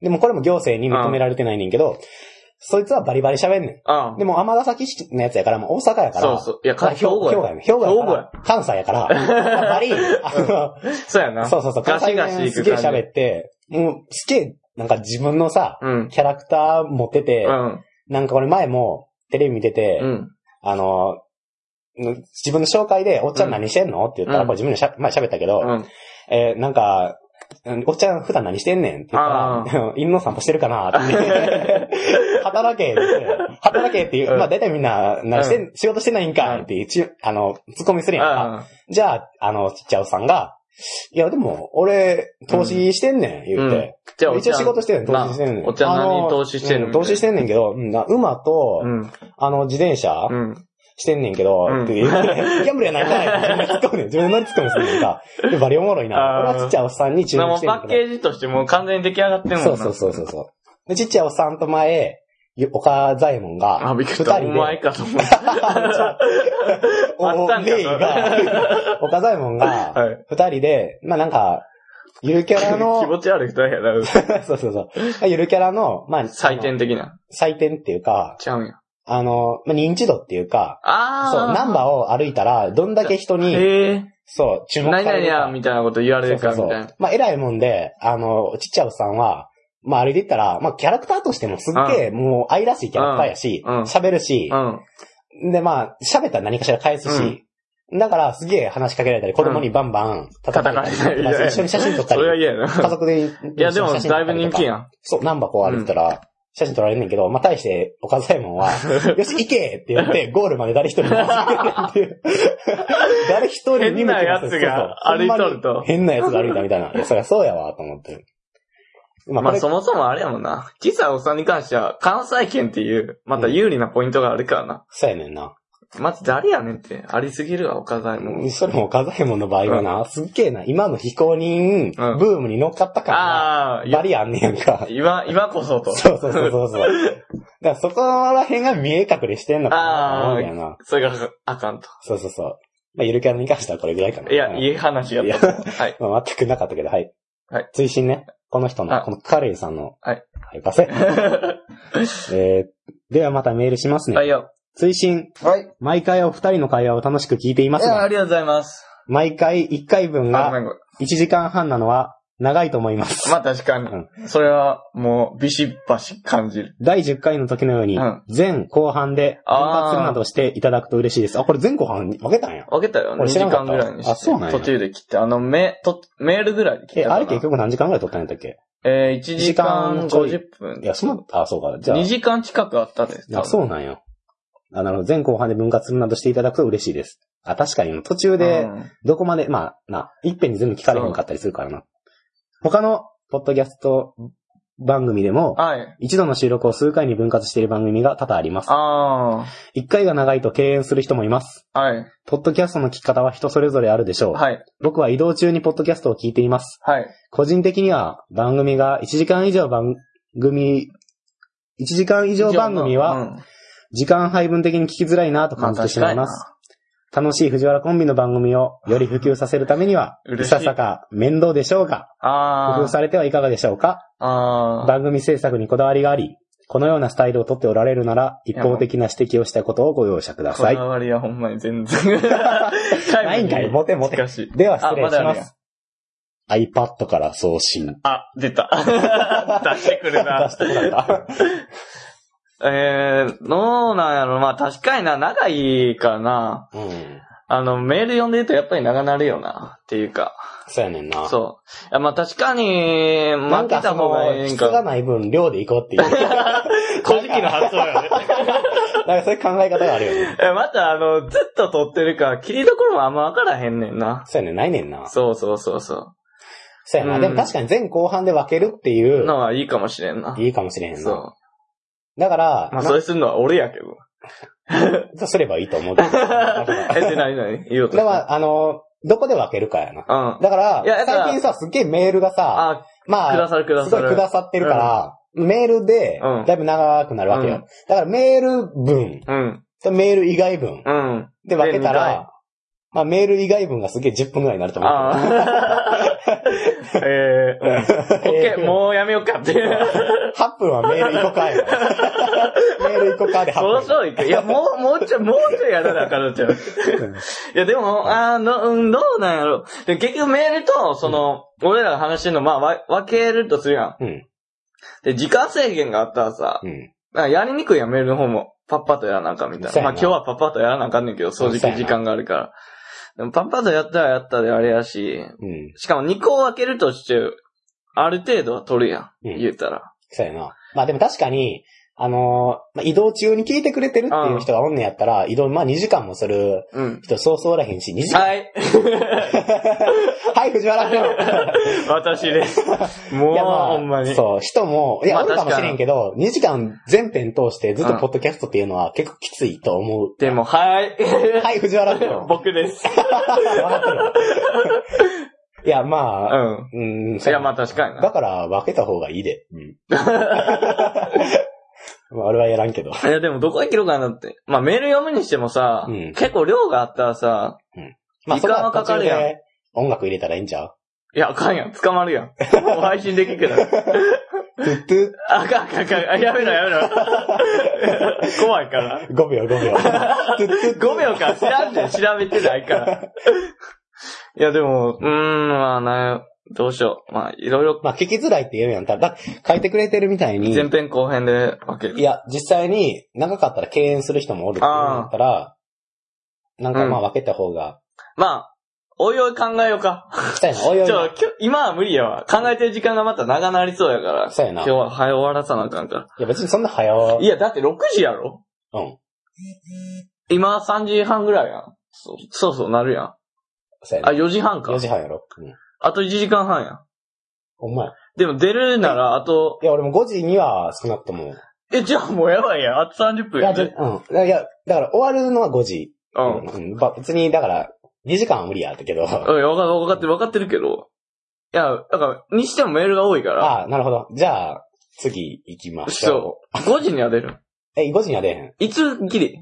B: でもこれも行政に認められてないねんけど、そいつはバリバリ喋んね
A: あ
B: ん。でも、尼崎市のやつやから、もう大阪やから。
A: そうそう。いや、
B: ま
A: か
B: あ
A: 兵庫
B: 兵庫
A: や。
B: やね。兵庫や
A: 兵庫
B: から
A: や。
B: 関西やから。まあバ リ、あ
A: そうや
B: の、
A: な。
B: そうそうそう、
A: ガ
B: 関
A: シ
B: 西
A: ガシ
B: 弁
A: 行
B: す
A: く
B: げえ
A: 感じ。
B: 喋って、もうすげえ、なんか自分のさ、
A: うん。
B: キャラクター持ってて、
A: うん。
B: なんか俺前もテレビ見てて、
A: うん。
B: あの、自分の紹介で、おっちゃん何してんのって言ったら、
A: うん
B: これ自分でしゃ前喋ったけど、
A: うん。
B: えーなんか、うんおっちゃん普段何してんねんって言った
A: あ
B: ら、 犬の散歩してるかなって 言って。働けって、働けっていう、
A: うん
B: まあ大体みんな、何してん、仕事してないんかっていう、ちあの、ツッコミするやんか。じゃあ、あの、ちっちゃいおっさんが、いやでも、俺、投資してんねん、言って。
A: じゃあ、
B: 一応仕事してるねん、投資してるねん。
A: おっちゃん何に投資してんの
B: あう投資してんねんけど、うんな馬と、
A: うん。
B: あの、自転車、
A: うん。
B: してんねんけど、
A: うん
B: って言って、ギャンブルやないかいって自分で突っ込むねん。自分の突っ込むすんねんか。でバリおもろいな。
A: あー
B: 俺はちっちゃいおっさんに注
A: で
B: 目
A: も
B: してんね
A: パ
B: ん
A: ッ
B: け
A: ケージとしてもう完全に出来上がってん
B: ど。
A: もん
B: そ
A: な。
B: うそうそうそうそう。で、ちっちゃいおっさんと前、よ岡左衛門が、
A: あ、びっく
B: 二
A: りし
B: 人で
A: た。お、前かと思った。あ
B: お
A: ったんか
B: レイが、岡左衛門が、
A: はい。
B: 二人で、まあなんか、ゆるキャラ
A: 気
B: の、
A: 持ち悪い二人やな。
B: そうそうそう。ゆるキャラの、まあ、
A: 採
B: あ
A: 点
B: の。
A: 的な。
B: 採点っていうか、
A: ちゃうんや。
B: あの、まあ、認知度っていうか、
A: ああ。
B: そう、ナンバーを歩いたら、どんだけ人に、
A: へえ。
B: そう、注目さ
A: 何々
B: れるか。
A: や、みたいなこと言われるか、みた
B: そ
A: いう
B: そう
A: な
B: そう。まあ、偉いもんで、あの、ちっちゃいおっさんは、まあ、歩いていったら、まあ、キャラクターとしてもすっげえ、もう、愛らしいキャラクターやし
A: うんうん、
B: 喋、るし、
A: うん。
B: で、まあ、喋ったら何かしら返すし、だから、すげえ話しかけられたり、子供にバンバン叩かれたり、
A: うん
B: まあ一緒に写真撮った
A: それは
B: り、
A: 嫌やな。
B: 家族で一
A: いや、で
B: 緒
A: も、
B: に写真撮
A: だ
B: っ
A: いぶ
B: たり
A: 人
B: と
A: 気
B: か。
A: やん。
B: そう、ナンバーこう歩いてたら、写真撮られんねんけど、まあ、対して、岡左衛門 は、よし、行けって言って、ゴールまで誰一人も走ってないっていう。誰一人にも行けませ
A: 変な奴
B: ん
A: が
B: そうそう
A: 歩いとると
B: ほんまに変な奴が歩いたみた いな。いやそりゃそうやわ、と思って。ま
A: ま
B: あ、こ
A: あ、
B: れ、
A: そもそもあれやもんな。小さいおっさんに関しては、関西圏っていう、また有利なポイントがあるからな。
B: そうやねんな。
A: まず誰やねんって、ありすぎるわ、岡左衛門。
B: それも岡左衛門の場合はな、すっげえな、今の非公認、
A: うん
B: ブームに乗っかったか
A: ああ、
B: らな、バリあんねやんか。
A: 今、今こそと。
B: そうそうそうそうそう。だからそこら辺が見え隠れしてんのかなと思うんだよな。
A: それがあかんと。
B: そうそうそう。まあ、ゆるキャラに関してはこれぐらいかな。
A: いや、
B: うん
A: いい話やった。はい。
B: まあ、全くなかったけど、はい。
A: はい。
B: 追伸ね。この人
A: は
B: の、
A: い
B: このカレンさんの。
A: はい。
B: はい、パセ。えー、 ではまたメールしますね。
A: はいよ。
B: 追伸。
A: はい。い
B: 毎回お二人の会話を楽しく聞いています
A: や、あ
B: が、
A: りがとうございます。
B: 毎回1回分
A: あ、ごめ
B: が
A: んごめん。
B: 1時間半なのは長いと思います。
A: まあ確かに。それは、もう、ビシッバシ感じる。
B: 第10回の時のように
A: うん、
B: 前後半で分割するなどしていただくと嬉しいです。あ、これ前後半に分けたんや。
A: 分けたよ、2
B: 俺
A: 時
B: 知らなか
A: 間
B: った
A: ぐらいにして。
B: あそうなんや
A: 途中で切って、あの、メ、と、メールぐらいで切っ
B: え、
A: たかな。
B: あれ結局何時間ぐらい撮ったんやったっけ
A: えー、1時間
B: 一時間ちょい
A: 50分。
B: いや、その、あ、そうか。じゃあ
A: 2、時間近くあったです。
B: あ、そうなんや。あ、なるほど。前後半で分割するなどしていただくと嬉しいです。あ、確かに途中で、
A: うん
B: どこまで、まあ、な、一遍に全部聞かれへんかったりするからな。他の、ポッドキャスト番組でも、
A: はい。
B: 一度の収録を数回に分割している番組が多々あります。
A: あ
B: 一回が長いと敬遠する人もいます。
A: あ。はい。
B: ポッドキャストの聞き方は人それぞれあるでしょう。
A: はい。
B: 僕は移動中にポッドキャストを聞いています。
A: はい。
B: 個人的には、番組が1時間以上番組、1時間以上番組
A: う
B: は、
A: ん、
B: 時間配分的に聞きづらいなと感じてしまいます。楽しい藤原コンビの番組をより普及させるためには、い
A: 嬉しい
B: ささか面倒でしょうが、工
A: あ
B: 夫
A: あ。
B: されてはいかがでしょうか
A: ああ。
B: 番組制作にこだわりがあり、このようなスタイルをとっておられるなら、一方的な指摘をしたことをご容赦くだ
A: こ
B: さい
A: だ。わりはほんまに全然。
B: ないんかい、モテモテ。
A: しい。
B: では失礼
A: あまだあ
B: し
A: る
B: ま
A: やん
B: す。iPad から送信。
A: あ、出た。 出してく
B: 出
A: れな
B: し。てこなかった。
A: えー、どうなんやろ。まあ確かにな、長いからな。
B: うん。
A: あの、メール読んでるとやっぱり長なるよな。っていうか。
B: そうやねんな。
A: そう。いや、まあ確かに、
B: な
A: 負
B: ん
A: け
B: か
A: た
B: そ
A: 方が
B: の、
A: いいん
B: 質
A: か。
B: がない分、量でいこうっていう。なん
A: 古事記の発想よ ね。
B: かそういう考え方があるよね。
A: え、またあの、ずっと撮ってるから、切りどころもあんまわからへんねんな。
B: そうやねん、ないねんな。
A: そうそうそうそ
B: そうやな。
A: うん。
B: でも確かに前後半で分けるっていうう、
A: のはいいかもしれんな。
B: いいかもしれへんな。
A: そ
B: だから
A: う。、まあ、それするのは俺やけど。
B: そうすればいいと思うけど。だか
A: え、で、なになに言おうとし
B: ら、
A: た。
B: あの、どこで分けるかやな。
A: うん。
B: だから、
A: いやだから
B: 最近さ、すっげえメールがさ、
A: あ、
B: ま
A: くだ
B: あ、
A: さるくだ
B: す
A: さ
B: ごい
A: る。
B: くださってるから、メールで
A: うん、
B: だいぶ長くなるわけよ。
A: うん
B: だからメール分、
A: うん。
B: とメール以外分
A: うん。
B: で分
A: で
B: けた
A: 二回
B: ら、まあメール以外分がすげえ10分ぐらいになると思う。
A: ああ。えー、うん。オッケー、もうやめよう かって。
B: 8分はメール行 こかよ。メール行こかで8
A: もう
B: 分
A: ち。ょいか。いや、もう、もうちょい、もうちょいやらなあかんのちゃう。いや、でも、あーの、うん、どうなんやろ。でも結局メールと、その、俺らが話してるの、まあ、わ分けるとするやん。
B: うん。
A: で、時間制限があったらさ、
B: うん。
A: なんかやりにくいやん、メールの方も。パッパとやらなあかんみたい
B: そう
A: な。
B: や
A: まあ
B: な
A: 今日はパッパとやらなあかんねんけど、正
B: そうや
A: 直
B: な
A: 時間があるから。でもパッパとやったらやったであれやし、
B: うん。
A: しかも2個分けるとして、ある程度は取るやん。
B: うん
A: 言うたら。
B: そうやな。まあでも確かに、あのーまあ、移動中に聞いてくれてるっていう人がおんねやったら、移動、まあ2時間もする
A: うん。
B: 人そうそうおらへんし、2時間。
A: はい。
B: はい、藤原 君。
A: 私です。 もう、
B: いやまあ
A: ほんまに。
B: そう、人も、いや、
A: まあ
B: おるかもしれんけど、2時間全編通してずっとポッドキャストっていうのは結構きついと思う。
A: でも、はい。
B: はい、藤原君。
A: 僕です。
B: 笑ってるいや、
A: う
B: まあ、
A: ん。
B: うん、
A: いや、まあ確かにな。
B: だから分けた方がいいで。 うん。まあ、俺はやらんけど。
A: いや、でもどこ行けるかなって。まあメール読むにしてもさ、
B: うん
A: 結構量があったらさ、
B: まあ、
A: 時
B: そ
A: 間
B: こ
A: は
B: は
A: か
B: 途
A: か
B: 中
A: るやん
B: で音楽入れたらいいんちゃう
A: いや、あかんやん。捕まるやん。もう配信できる けど。
B: トゥットゥ
A: あかん、あかん、あかん。あやめろ、やめ ろ。怖いから。
B: ッ、5秒5秒。トゥット ゥッ
A: 5秒間知らんで、調べて ないから。いや、でも、うーん、まあ、なんやどうしよう。まあ、いろいろ、
B: まあ、聞きづらいって言うんやったら、だ書いてくれてるみたいに、
A: 前編後編で分け
B: い
A: る。
B: や、実際に長かったら敬遠する人もおるって言うんやったら、なんかまあ分けた方が、
A: まあ、おいおい考えようか。
B: そうやな、おい
A: ちょ、
B: おいな。
A: きょ今は無理やわ。考えてる時間がまた長なりそうやから。
B: そうや
A: 今
B: な。い
A: 日は早終わらさなあかんから。
B: や、別にそんな早う
A: いや、だって6時やろ
B: うん。
A: 今3時半ぐらいやん。そうそうそうなるやん。
B: そうや
A: あ、
B: な。
A: 4時半か
B: 4。時半やろ。うん。
A: あと1時間半やん。
B: お前。い
A: でも出るなら、あと、
B: や、俺も5時には少なくとも。
A: え、じゃあもうやばいやん。あと30分
B: いや、
A: や
B: じゃ
A: で。
B: うん。いや、だから終わるのは5時。
A: う。
B: うん
A: うん。
B: ん。ば別に、だから、2時間は無理やったけど。あ
A: わかわかってる、わかってるけど。いや、だから、にしてもメールが多いから、
B: あ、なるほど。じゃあ、次行きましょ
A: 5時には出る。
B: う。え、5時には出へん。
A: いつギリ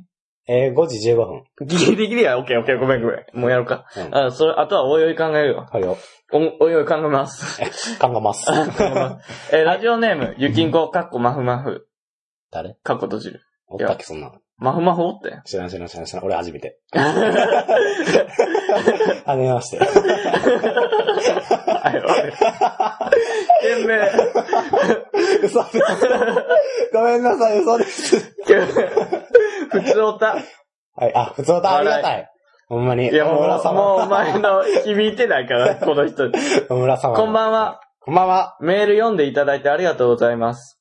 B: えー、5時15分。
A: ギリギリや。オッケーオッケー、ごめんごめん。もうやろうか。
B: うん。
A: あ、それ、あとはおいおい考えるわ。
B: はいよ。
A: お、おいおい考え ます。
B: 考えます。
A: えーラジオネーム、ゆきんこ、かっこまふまふ、
B: 誰
A: かっこ閉じる。
B: おったっけ、そんなの。
A: まふまふおって。
B: 知らん知らん知らん知らん。俺初 めて。あめまして。
A: あれ、あれ。懸命、
B: 嘘です。ごめんなさい、嘘です。
A: 懸命、普通おた。
B: はい、あ、普通だ、ありがたい。ほんまに。
A: いや、もう、
B: 大村様。
A: もうお前の響いてないから、この 人。
B: 大村様。
A: こんばんは。
B: こんばんは。
A: メール読んでいただいてありがとうございます。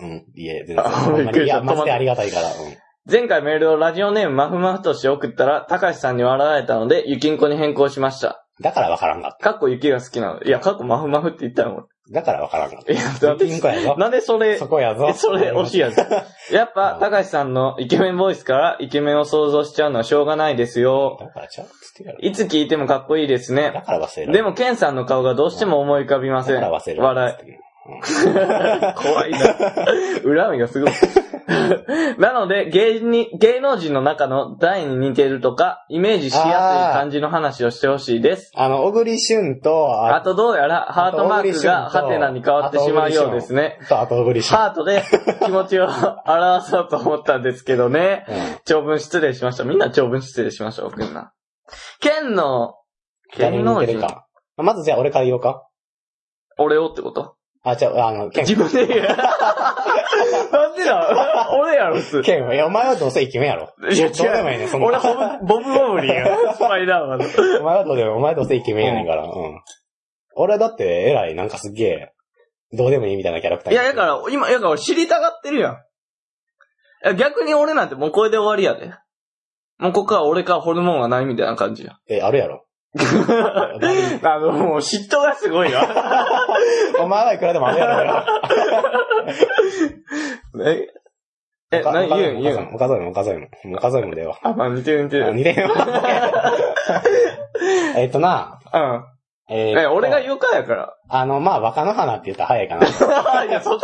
B: うん、いえ、全然。
A: あ
B: ほん
A: びっ
B: ま
A: く
B: に
A: りし
B: い
A: た
B: や、マジでありがたいから。うん。
A: 前回メールをラジオネームまふまふとして送ったら、たかしさんに笑われたので、ゆきんこに変更しました。
B: だからわからんかっ
A: かっこ雪が好きなの。いや、かっこまふまふって言ったの。
B: た。だからわからんかっ
A: いや、な
B: た。
A: んで
B: ピンコやぞ。
A: なんでそれ、
B: そこやぞ
A: え。それ、惜しいやつ。やっぱ、
B: うん
A: たかしさんのイケメンボイスからイケメンを想像しちゃうのはしょうがないですよ。
B: だからちゃうっつってるや
A: いつ聞いてもかっこいいです
B: ろ。だ
A: ね。
B: から忘れる。
A: でも、ケンさんの顔がどうしても思い浮かびま
B: だ
A: せ
B: か
A: ん。
B: ら忘れる。
A: 笑い。
B: い。
A: 怖いな。恨みがすごい。なので芸人、芸能人の中の誰に似てるとか、イメージしやすい感じの話をしてほしいです。
B: あの、小栗旬と、
A: あとどうやらハートマークがハテナに変わってしまうようですね。。
B: と、あと小栗旬。
A: ハートで気持ちを表そうと思ったんですけどね。
B: うん
A: 長文失礼しました。みんな長文失礼しました、僕んな。県の、
B: 誰
A: 県
B: に似
A: の
B: てるか。まずじゃあ俺から言おうか。
A: 俺をってこと
B: あ、じゃあ、あの、ケン。
A: 自分で言う。なんでだ俺やろ、普通。
B: ケン、いや、お前はどうせイケメンやろ。
A: いや、違う。
B: どうでもいいねそんな
A: 俺、ボブ、ボブボブリンや。スパイダーマンの。
B: お前はどうでも、お前はどうせイケメンやねんから。うん。俺だって、えらい、なんかすっげえ、どうでもいいみたいなキャラクター。
A: いや、だから、今、だから知りたがってるやんいや。逆に俺なんてもうこれで終わりやで。もうここから俺からホルモンがないみたいな感じや。
B: え、あるや ろ。
A: あの、もう嫉妬がすごいわ。
B: お前はいくらでもあるやろ。
A: え え、
B: 他
A: 何
B: 他
A: 言
B: に
A: う
B: も
A: ん言う
B: 他にも他にも他にも出よ
A: あ、まあ似てる似て
B: う。あ
A: る。
B: 似て んよ。えっとな、
A: うん。
B: えーっと
A: え、俺が言うかやから。
B: あの、まあ、若野花って言ったら早いか な。
A: いや、そっち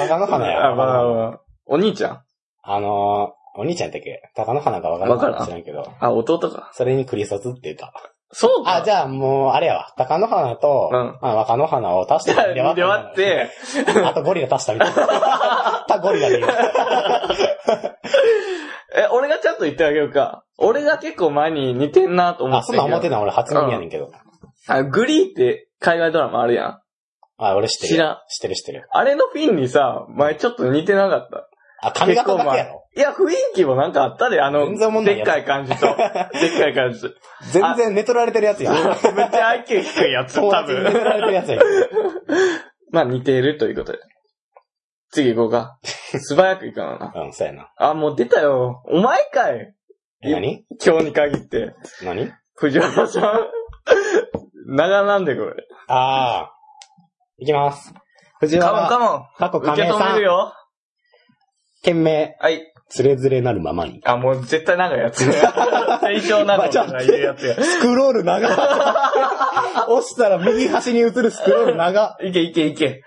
B: 若野花や。
A: あ、まあまあ。お兄ちゃん
B: あのー、お兄ちゃんやったっけ高野花か若野花か知らんけど。
A: あ、弟か。
B: それにクリソツって言った。
A: そうか。
B: あ、じゃあもう、あれやわ。高野花と、
A: うん
B: まあ、若野花を足して
A: ゃ で割っ。て、
B: あとゴリラ足したみた いな。たゴリラでいいわ。
A: え、俺がちゃんと言ってあげようか。俺が結構前に似てんなと思
B: あ、
A: って
B: そんなん思って
A: た
B: んの俺初耳やねんけど。
A: あ、グリーって海外ドラマあるやん。
B: あ、俺知ってる。
A: 知らん
B: 知ってる知ってる。
A: あれのフィンにさ、前ちょっと似てなかった。
B: あ、髪型だけやろ。
A: いや、雰囲気もなんかあったで、あの、
B: 全然おもんない
A: でっ
B: やつ
A: かい感 じと、でっかい感じと。
B: 全然寝取られてるやつやん。
A: めっちゃ IQ 低いやつ、
B: 友
A: 多
B: 達に寝取
A: 分。
B: られてるやつやん。
A: まあ似ているということで。次行こうか。素早く行かなな。
B: うん、そうやな。
A: あ、もう出たよ。お前かい
B: え何
A: 今日に限って。
B: 何
A: 藤原さん。 長なんでこれ。
B: あー。いきます。藤
A: カモンカ
B: 原、
A: モン。
B: 過去
A: 受
B: 亀
A: け
B: 井
A: 止
B: さ
A: める
B: ん、
A: よ。
B: 懸命、
A: はい。
B: つれづれなるままに。
A: あ、もう絶対長いやつ。 最小長いとかいうやつや。
B: スクロール長 押したら右端に映るスクロール長
A: いけいけいけ。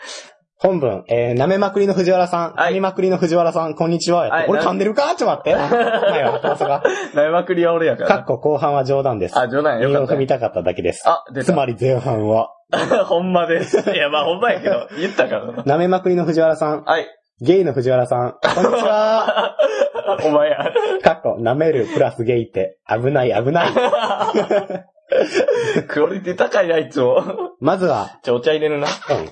B: 本文、えー、舐めまくりの藤原さん、
A: はい
B: 舐めまくりの藤原さん、こんにちは。
A: はい
B: 俺噛んでるかちょっ と待って。前は、まさか。
A: なめまくりは俺やか
B: からっ。こ後半は冗談です。
A: あ、冗談や
B: 韻
A: よ
B: を
A: か
B: 踏
A: っ
B: みたかっただけです。
A: た。あ、出
B: つ
A: た。
B: まり前半は、
A: ほんまです。いや、まあほんまやけど、言ったからな。
B: 舐めまくりの藤原さん、
A: はい。
B: ゲイの藤原さん、こんにちは。
A: お前や。
B: かっこ舐めるプラスゲイって、危ない危ない。
A: クオリティ高いな、いつも。
B: まずは、
A: ちょ、お茶入れるな。
B: うん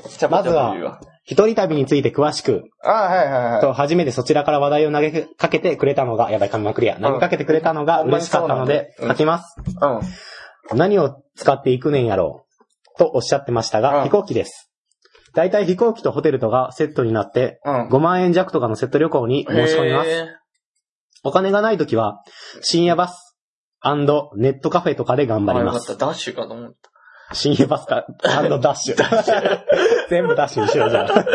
A: ちゃ
B: まずは、一人旅について詳しく、
A: あはいはいはい。
B: と、初めてそちらから話題を投げかけてくれたのが、やばい、噛みまくりや。投げかけてくれたのが
A: ほんま
B: 嬉
A: に
B: し
A: そ
B: か
A: う
B: っ
A: な
B: た
A: んだ
B: ので、書きます。
A: うん。
B: 何を使っていくねんやろう。とおっしゃってました
A: うん
B: が、飛行機です。大体飛行機とホテルとがセットになって、
A: うん。
B: 5万円弱とかのセット旅行に申し込みます。
A: へ
B: お金がないときは、深夜バス、ネットカフェとかで頑
A: ー。
B: 張り
A: よか
B: ま
A: っ
B: す
A: た。。ダッシュかと思った。
B: 深夜バスか、ダ ッシュ。全部ダッシュにしようじゃあ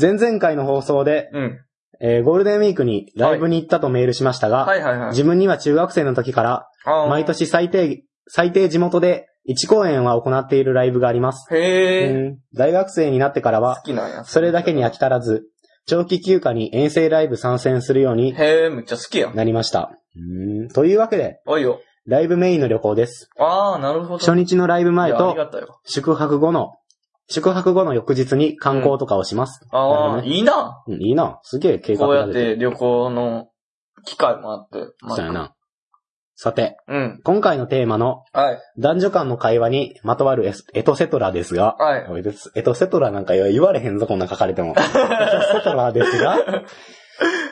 B: 前々回の放送で、
A: うん。
B: えーゴールデンウィークにライブに行ったとメールしましたが、
A: はいはいはい。
B: 自分には中学生の時から、
A: あー
B: 毎。年最低、最低地元で1公演は行っているライブがあります。
A: へー。
B: うん大学生になってから
A: 好
B: は、
A: きなんや。
B: それだけに飽き足らず、長期休暇に遠征ライブ参戦するように
A: へー、めっちゃ好きやん。
B: なりました。うんというわけで、
A: おいよ。
B: ライブメインの旅行です。
A: あー、なるほど。
B: 初日のライブ前
A: いやあり
B: と、
A: がたよ。
B: 宿泊後の、宿泊後の翌日に観光とかをします。
A: あ
B: なるほ
A: ー、
B: どね
A: いいな。
B: うんいいな。すげえ計画
A: こうや
B: が
A: っ
B: 出てる。
A: て旅行の機会もあって。まあ
B: そうや。な。さて、
A: うん。
B: 今回のテーマの
A: はい。
B: 男女間の会話にまとわるエスエトセトラですが、
A: はい。
B: おいですエトセトラなんか言われへんぞ、こんな書かれても。エトセトラで すが、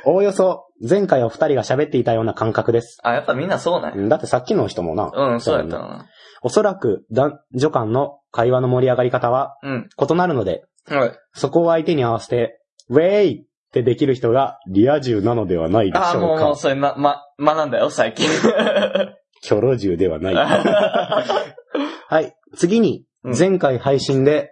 B: おおよそ前回お二人が喋っていたような感覚です。
A: あ、やっぱみんなそうなんや。
B: うんだってさっきの人もな、
A: うん、そうやった
B: ね
A: な。
B: おそらく男女間の会話の盛り上がり方は
A: うん。
B: 異なるので、
A: はい。
B: そこを相手に合わせて、ウェイってできる人がリア充なのではないでし
A: あー、
B: ょ
A: も
B: う
A: う、も
B: か
A: う、。それな、ま、学んだよ、最近。
B: キョロ銃で はない。はい。次に、
A: うん
B: 前回配信で、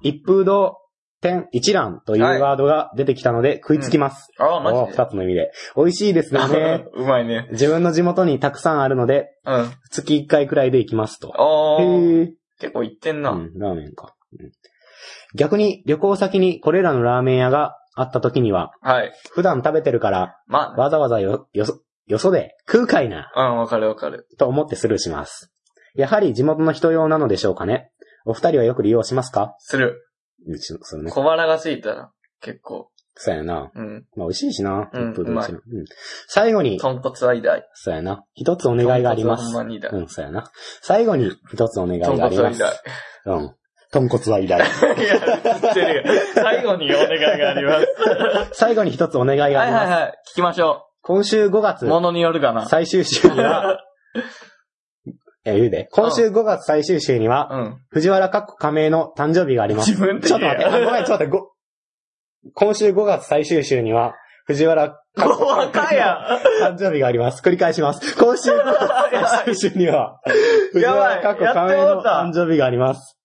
B: 一風堂点一覧という
A: はい
B: ワードが出てきたので食いつきます。
A: ああ、
B: お
A: マ
B: ー
A: ジ
B: 二
A: で。
B: つの意味で。美味しいですよね。
A: うまいね。
B: 自分の地元にたくさんあるので、
A: うん。
B: 月一回くらいで行きますと。
A: あ
B: へ
A: ー、
B: ー
A: 結構いってん
B: う
A: な。
B: ん、ラーメンか。うん逆に旅行先にこれらのラーメン屋があった時には、
A: はい。
B: 普段食べてるから、
A: ま
B: わざわざよ、よそ、よそで食うかいな。
A: あ、うん、わかるわかる。
B: と思ってスルーします。やはり地元の人用なのでしょうかね。お二人はよく利用しますか
A: する。
B: うんちそうね。
A: 小腹がついたら、結構。
B: そうやな。
A: うん。
B: まあ、美味しいしな。
A: うん
B: 一風堂
A: うまい
B: 一蘭うん最後に、
A: 豚骨は偉大。
B: そうやな。一つお願いがあります
A: 豚。骨はほんまに偉大
B: うん、そうやな。最後に、一つお願い
A: 豚
B: があり
A: 骨は
B: ま
A: 偉
B: す。うん。豚骨は 偉大。
A: 大。いや、知ってるよ。最後にお願いがあります。
B: 最後に一つお願いがあ
A: はい
B: りま
A: は
B: す。
A: いはい。聞きましょ
B: 今週5
A: う。
B: 月、
A: ものによるかな。
B: 最終週 には、いや、言うで。今週5月最終週には、
A: うん。
B: 藤原かっこ亀井の誕生日があります
A: 自。分で
B: ちょ
A: 言
B: っ
A: え
B: と待って、あごめん、ちょっと待って、ご、今週5月最終週には、藤原
A: ごわかや
B: 誕生日があります。繰り返します。今週5月最終週には、藤
A: やばい
B: 原過去仮
A: やっ
B: 名
A: ても
B: の
A: うた
B: 誕生日があります。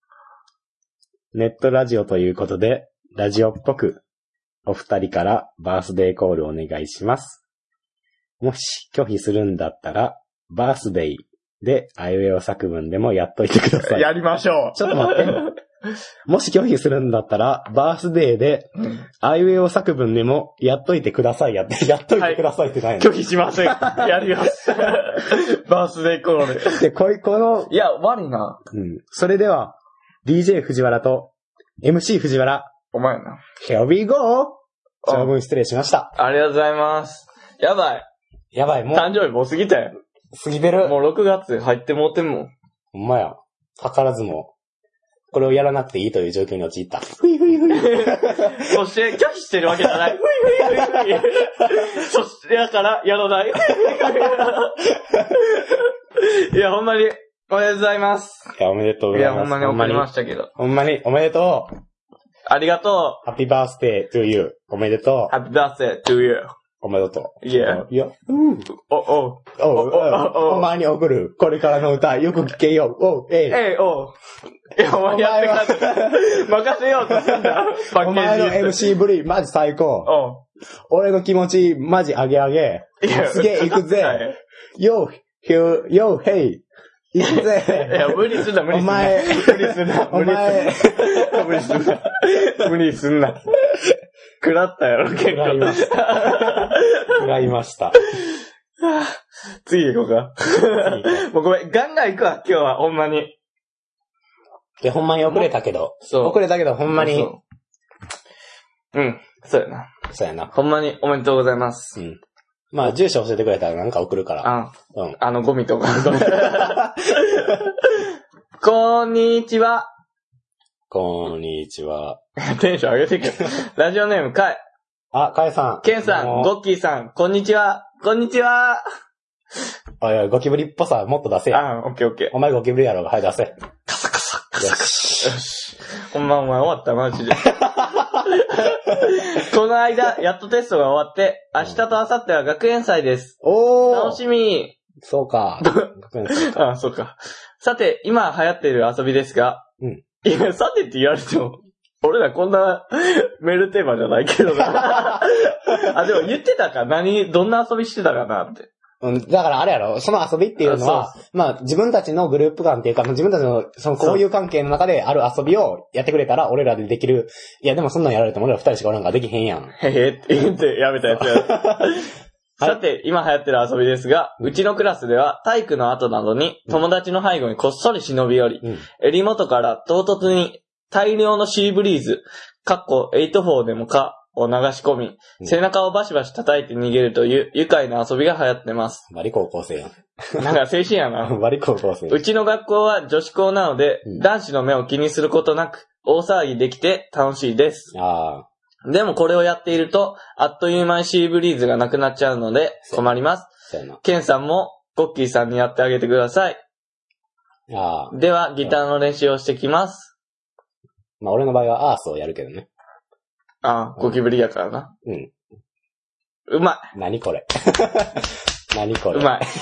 B: ネットラジオということで、ラジオっぽく、お二人からバースデーコールお願いします。もし拒否するんだったら、バースデーであいうえお作文でもやっといてください。
A: やりましょう。
B: ちょっと待 って。もし拒否するんだったら、バースデーで
A: うん
B: あいうえお作文でもやっといてください。やって、やっといてくださいってないの、
A: 拒否しません。やります。バースデーコール。
B: で、こい、この
A: いや、悪いな。
B: うん。それでは、DJ 藤原と MC 藤原、
A: お前な。
B: Here we go! 長文失礼しました。
A: ありがとうございます。やばい。
B: やばい、もう、
A: 誕生日もう過ぎたよ。
B: 過ぎてる。
A: もう6月入ってもうてんもん。
B: ほんまや。からずも、これをやらなくていいという状況に陥った。ふいふいふい。
A: そして、拒否してるわけじゃない。ふいふいふいふい。そして、だから、やらない。いや、ほんまに、おめでとうございます。
B: いや、おめでとうご
A: い
B: ざい
A: や、
B: ます。
A: ほんまに怒りましたけど。
B: ほんまに、ほんまにおめでとう。
A: ありがと
B: ハッピーバースデー to you. おめでと
A: う。Happy birthday to you.
B: う。おめでとう。
A: Yeah.
B: いや、うん。
A: お、お、
B: おう、おう
A: おう
B: ほんまに送る。これからの歌、よく聞けよう。おう、えい。
A: えい、お。いや、お前やってくれ。任せようとしたんだ。パ
B: お
A: ッケ
B: 前の
A: ージ。
B: MC ぶり、マジ最高。
A: お
B: 俺の気持ち、マジ上げ上げ。
A: いや、
B: すげえ行くぜ
A: はい
B: よ、ひゅ、よ、へい。行く
A: いや、
B: ぜ。
A: 無理すんな、無理
B: お
A: すんな。
B: 前、
A: 無理すんな、
B: お
A: 無理すんな。
B: 前、
A: 無理すんな。無理すんな。食らったやろ、結
B: 食 らいまし
A: 構。
B: 食らいました。
A: 次行こうか。もうごめん、ガンガン行くわ、今日は、ほんまに。
B: で、ほんまに遅れたけど。
A: そう
B: 遅れたけど、ほんまに、
A: そううん、そうやな。
B: そうやな。
A: ほんまにおめでとうございます。
B: うん。まあ、住所教えてくれたらなんか送るから。
A: あ、
B: うん。
A: あの、ゴミとか。 こんにちは。
B: こんにちは。
A: テンション上げてけ。ラジオネーム、かい。
B: あ、かえさん。
A: ケンさん、
B: ご、
A: ゴッキーさん、こんにちは。こんにちは。
B: おいおいゴキブリっぽさもっと出せや。
A: あ、オッケーオッケー。
B: お前ゴキブリやろうが、はい出せ。
A: カサカサカ
B: よ
A: サカサ。よし。ほんまお前終わった、マ ジで。この間、やっとテストが終わって、明日と明後日は学園祭です。
B: お
A: 楽
B: ー
A: しみ。
B: そうか。ごめんなさい
A: あそうか。さて、今流行っている遊びですが、
B: うん
A: いや、さてって言われても、俺らこんなメールテーマじゃないけど な。あ、でも言ってたか何、どんな遊びしてたかなって。
B: うん、だからあれやろ、その遊びっていうのは、まあ自分たちのグループ感っていうか、まあ自分たちのその交友関係の中である遊びをやってくれたら俺らでできる。いやでもそんなんやられても俺ら二人しかおらんからできへんやん。
A: へへって言ってやめたや つや。さて、今流行ってる遊びですが、うちのクラスでは体育の後などに友達の背後にこっそり忍び寄り、
B: うん。
A: 襟元から唐突に大量のシーブリーズ、かっこ84でもかを流し込み、
B: うん
A: 背中をバシバシ叩いて逃げるという愉快な遊びが流行ってます。
B: バリ高校生や
A: なんか青春やな。
B: ん。 バリ高校生。
A: うちの学校は女子校なので
B: うん、
A: 男子の目を気にすることなく、大騒ぎできて楽しいです。
B: ああ、
A: でもこれをやっていると、あっという間にシーブリーズがなくなっちゃうので困ります。
B: そうやな。
A: ケンさんもゴッキーさんにやってあげてください。
B: ああ。
A: では、ギターの練習をしてきます。
B: まあ俺の場合はアースをやるけどね。
A: ああ、ゴキブリやからな。
B: うん。
A: うま
B: 何これ。 何こ
A: い、う
B: れ。
A: まい。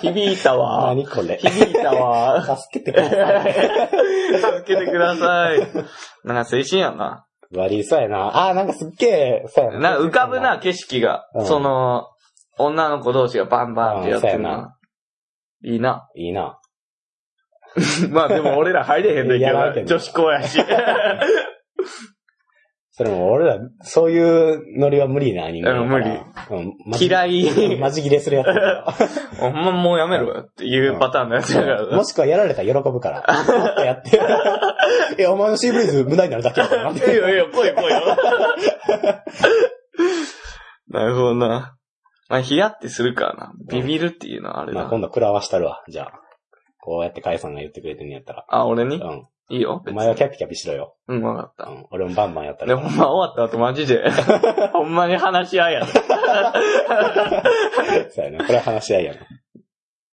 A: 響いたわ。
B: 何これ。
A: 響いたわ。
B: 助けてくださ い。
A: 助けてください。なんか青春やな。
B: バリそうやな。ああ、なんかすっげえ、そうやな。
A: なんか浮かぶな、景色が。
B: うん
A: その、女の子同士がバンバンってやって
B: う
A: る
B: んそうや
A: な。いいな。
B: いいな。
A: まあでも俺ら入れへんねんけ
B: やらんけ
A: ど
B: ど
A: な、女子校やし。
B: それも俺ら、そういうノリは無理な、人間
A: うん無理
B: だから。うん、マジ
A: 嫌い。
B: マジ切れするやつだ か。
A: ほんまもうやめろよっていうパターンのやつやから
B: も
A: ら。
B: しくはやられたら喜ぶから。もっとやって。 いや、お前のシーブリーズ無駄になるだけやから な。
A: いいよいいよ、来い来いよ。 なるほどな。まあ、ヒヤってするからな。ビビるっていうのはあれ
B: まあ
A: だ。
B: 今度食らわしたるわ、じゃあ。こうやってカイさんが言ってくれてんねやったら。
A: あ、俺
B: う
A: に
B: ん。
A: いいよ。
B: お
A: 別
B: 前は
A: に
B: キャピキャピしろよ。
A: うん、わか
B: う
A: っ
B: ん。俺もバンバンやった
A: た。
B: ら。
A: で、ほんま終わった後マジ で。ほんまに話し合いやで。
B: そうやな。これは話し合いやな。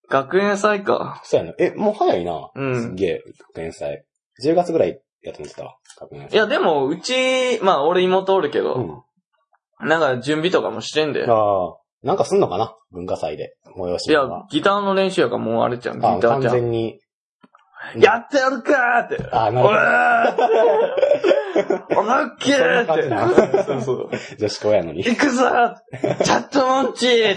A: 学園祭か。
B: そうやな。え、もう早いな。
A: うん
B: すっげえ、学園祭。10月ぐらいやと思ってたわ。学園
A: いや、でも、うち、まあ、俺妹おるけ
B: う
A: ど、
B: ん。
A: なんか準備とかもしてんで。
B: ああ。なんかすんのかな文化祭で。催し
A: いや
B: 物は、
A: ギターの練習やからもうあれちゃん、ギタ
B: ああ
A: ー
B: 完
A: ちゃん。
B: 全に。
A: やってやるかーって。
B: ああ、な
A: お
B: るほど。
A: らー おなっけー
B: そんな感
A: って。そうそう。
B: 女子校やのに。
A: 行くぞチャットモンチー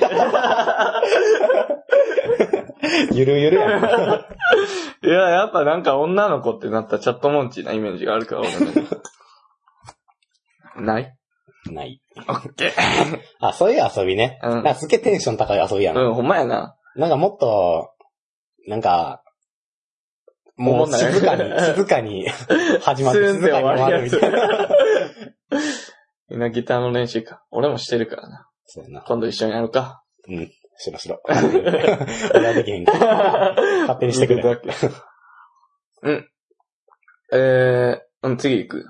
B: ゆるゆるやん。
A: いや、やっぱなんか女の子ってなったらチャットモンチーなイメージがあるから、俺 もない
B: ない。
A: オッケ
B: あ、そういう遊びね。
A: うん
B: なんかすげえテンション高い遊びやん。
A: ー。うん、ほんまやな。
B: なんかもっと、なんか、も
A: おもん
B: う
A: ない
B: 静 かに、静かに始まって、
A: スーンっ
B: 静
A: て
B: か
A: 終
B: に終
A: わ
B: わ
A: る
B: る
A: や
B: み
A: つ
B: たいな。
A: みんなギターの練習か。俺もしてるからな。
B: そうやな。
A: 今度一緒にやるか。
B: しろし ろ。俺はできへんけど勝手にしてく れ。
A: えー、うん、次行く。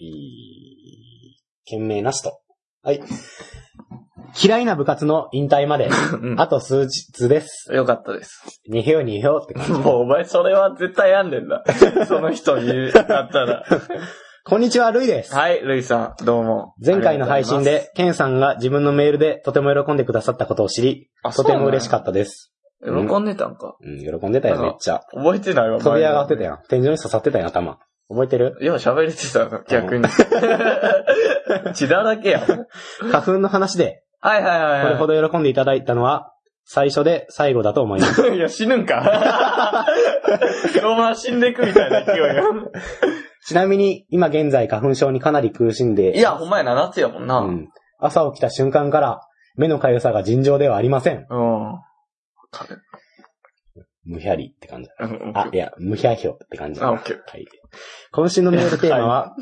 B: いい、懸命なしと。はい。嫌いな部活の引退まで、
A: うん
B: あと数日です。
A: よかったです。
B: 2票2票って感じ。
A: もうお前それは絶対病んでんだ。その人にだったら。
B: こんにちは、ルイです。
A: はい、ルイさん、どうも。
B: 前回の配信で、ケンさんが自分のメールでとても喜んでくださったことを知り、
A: あそ
B: と
A: うな
B: て
A: んや
B: も嬉しかったです。
A: ありがとうございます。喜んでたんか。
B: うん、喜んでたよ、めっちゃ。
A: 覚えてないわ、
B: 飛び上がってた
A: よ。
B: やん。天井に刺さってたやん、頭。覚えてる
A: よう喋れてたな、 逆に。血だらけやん。
B: 花粉の話で、
A: はいはいはい
B: こ
A: はい。
B: れほど喜んでいただいたのは、最初で最後だと思います。
A: いや、死ぬん か。ロマン死んでくみたいな勢いが。
B: ちなみに、今現在花粉症にかなり苦しんで、
A: いや、ほんまやな、夏やもんな。
B: う
A: うん。
B: ん朝起きた瞬間から、目のかゆさが尋常ではありません。
A: わかる。
B: 無ひゃりって感じ。
A: うん
B: あ、いや、無ひゃひょって感じ。
A: あ、
B: は
A: オッケー。
B: い。今週のメールテーマは、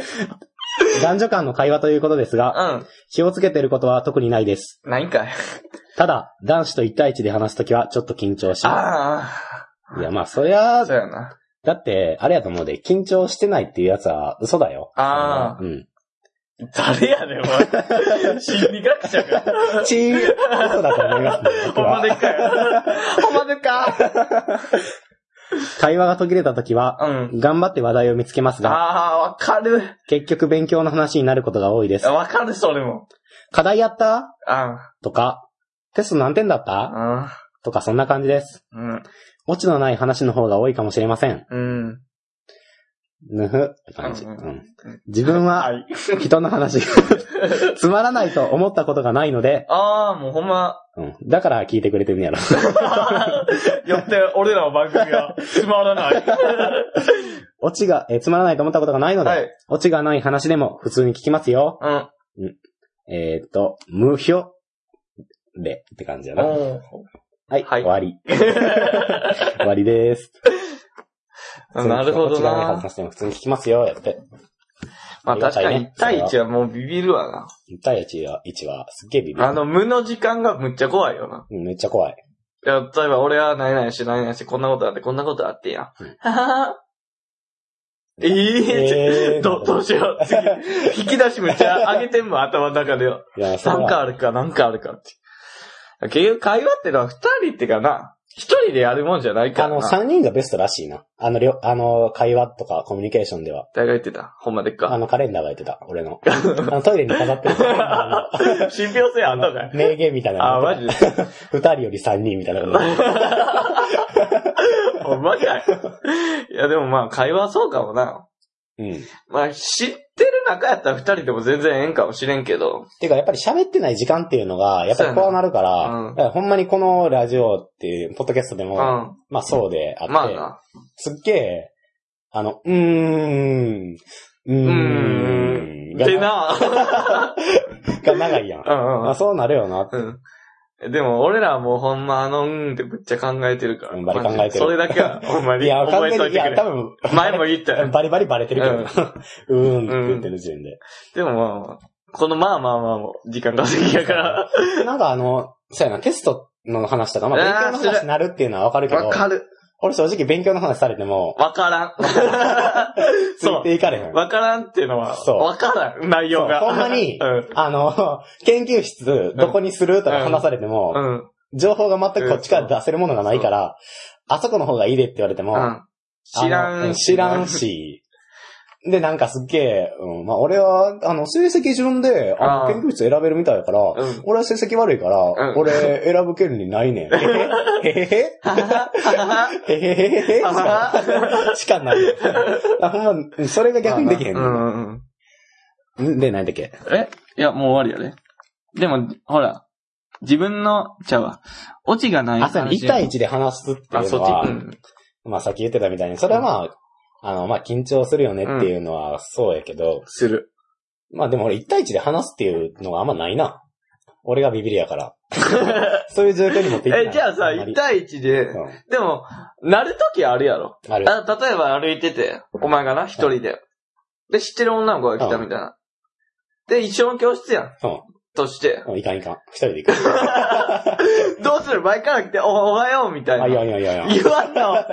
B: 男女間の会話ということですが、
A: う
B: 気をつけてることは特にないです。
A: ん。ないんかい。
B: ただ、男子と一対一で話すときはちょっと緊張し、
A: あ
B: いや、まあ、そりゃ
A: あ。、そうやな。
B: だって、あれやと思うで、緊張してないっていうやつは嘘だよ。
A: あー
B: うん。
A: 誰やねん、お前。心理学者か。
B: ちー、嘘だと思いますね。僕
A: ほんま
B: は
A: でっかよ。ほんまでっか。
B: 会話が途切れた時は、
A: うん。
B: 頑張って話題を見つけますが、
A: ああ、わかる。
B: 結局勉強の話になることが多いです。
A: わかる、それも。
B: 課題やった
A: あ
B: とか、テスト何点だっ
A: あ、
B: た
A: あ
B: とかそんな感じです。
A: あ、うん、
B: オチのない話の方が多いかもしれません。
A: うん。
B: ぬふって感じ。
A: う
B: うんん、自分
A: は。
B: はい人 の話がつまらないと思ったことがないので、
A: ああ、もうほんま、
B: うん、だから聞いてくれてんねやろ。
A: よって、俺らの番組はつまらない。
B: オチが、えーつまらないと思ったことがないので、
A: はい。
B: オチがない話でも普通に聞きますよ。
A: うん。
B: えーっと、無表でって感じだな。は
A: おー
B: い、
A: はい
B: 終わり。 終わりです。
A: なるほ
B: オ
A: ど
B: チがない
A: な。
B: 話でも普通に聞きますよ、やって。
A: ま
B: あ
A: あ
B: りが
A: 確
B: たい
A: かに
B: ね
A: 1対1はもうビビるわ
B: 1対1は、1はすっげえビビる
A: な。あの、無の時間がむっちゃ怖いよな。
B: うんめっちゃ怖い。
A: いや例えば俺は何々して何々してこんなことあってこんなことあってやん。ははは。え
B: え
A: え
B: ー
A: ど、どうしよう。次。 引き出しむっちゃ上げてんもん、頭の中でよ。
B: いや、そ
A: なん
B: れ
A: か
B: は
A: あるか、なんかあるかって。結局会話ってのは二人ってかな、一人でやるもんじゃないか
B: あ
A: らな。
B: の、3人がベストらしいな。あの、りょあの、会話とかコミュニケーションでは。
A: 誰が言ってたほんまでっ
B: あ
A: か。
B: の、カレンダーが言ってた、俺の。あの、トイレに 飾ってる。あ
A: 信憑性あんのか
B: の
A: い
B: 名言みたいなの
A: あ、
B: が
A: マ
B: 言
A: ジ
B: って
A: で。
B: た。2人より3人みたいな こと。
A: ほんまかい。いや、でもまあ、会話はそうかもな。
B: うん。
A: まあ、知ってる中やったら二人でも全然ええんかもしれんけど。
B: てか、やっぱり喋ってない時間っていうのが、やっぱりこうなるから、
A: そうやなうん
B: だからほんまにこのラジオっていう、ポッドキャストで
A: う
B: も、
A: ん。
B: ま
A: ま
B: あそうであ
A: あ
B: って、
A: な。
B: すっげえ、あの、うーん、
A: う
B: うー、
A: んん。
B: が
A: でな。
B: が長いやん。
A: うん
B: まあそうなるよなっ て。
A: うん。うん。でも、俺らはもうほんまあの、うんってぶっちゃ考えてるから。
B: うんバリ考えてる
A: マジでそれだけは、ほんま
B: い
A: に。
B: や、
A: 覚
B: 完
A: えと
B: 全
A: い
B: に、
A: て
B: い
A: く
B: や、多
A: れ。
B: 分、
A: 前も言ったよ。
B: バリバリバレてるけどな、 うーんって言ってる時点で。
A: でもまあ、このまあまあまあも、時間稼ぎやから。
B: なんかあの、そうやな、テストの話とか、まあ勉強の
A: あーす
B: 話
A: る
B: になるっていうのはわかるけど、
A: る。
B: 俺正直勉強の話されても、
A: わからん。
B: つ
A: そ
B: いうて。いかれへん。
A: わからんっていうのは、
B: そう
A: わからん、内容が。
B: そうほんまに
A: うん。
B: あの、研究室、どこにするとか話されても、
A: うん。
B: 情報が全くこっちから出せるものがないから、あそこの方がいいでって言われても、
A: うん。知ら
B: あの
A: ん。
B: 知らん。し、で、なんかすっげえ、うん、まあ俺は、あの、成績自分で、あの、
A: あー
B: 研究室選べるみたいだから、
A: うん
B: 俺は成績悪いから、
A: うん
B: 俺選ぶ権利ないねん。へへへへ
A: ははは
B: へへへへしか、しかない。あ、ほんま、それが 逆にできへん
A: う
B: ねん。
A: んうん。
B: んで、何だっけ
A: えいや、もう終わりやね。でも、ほら、自分の、ちゃうわ。オチがない
B: あ、そうやね
A: 話
B: 1対1で話すって
A: あ、
B: いう
A: そ
B: の
A: っち
B: は、
A: うん。
B: まあさっき言ってたみたいに、それはまあ、あの、まあ緊張するよねっていうのはそうやけど、
A: する。
B: まあでも俺1対1で話すっていうのがあんまないな。俺がビビりやから。そういう状況に持っていってない
A: え、じゃあさ、
B: んまり
A: 1対1で、
B: う
A: でも、なるときあるやろ。
B: ん、ある。
A: あ例えば歩いてて、お前がな、一人で。で、知ってる女の子が来たみたいな。で、一緒の教室やん。
B: うん
A: として、
B: うんいかんいかん。一人で行く。
A: どうする前から来て、お、おはようみた
B: あ、い
A: いな。
B: やいやいやい
A: 言わん な。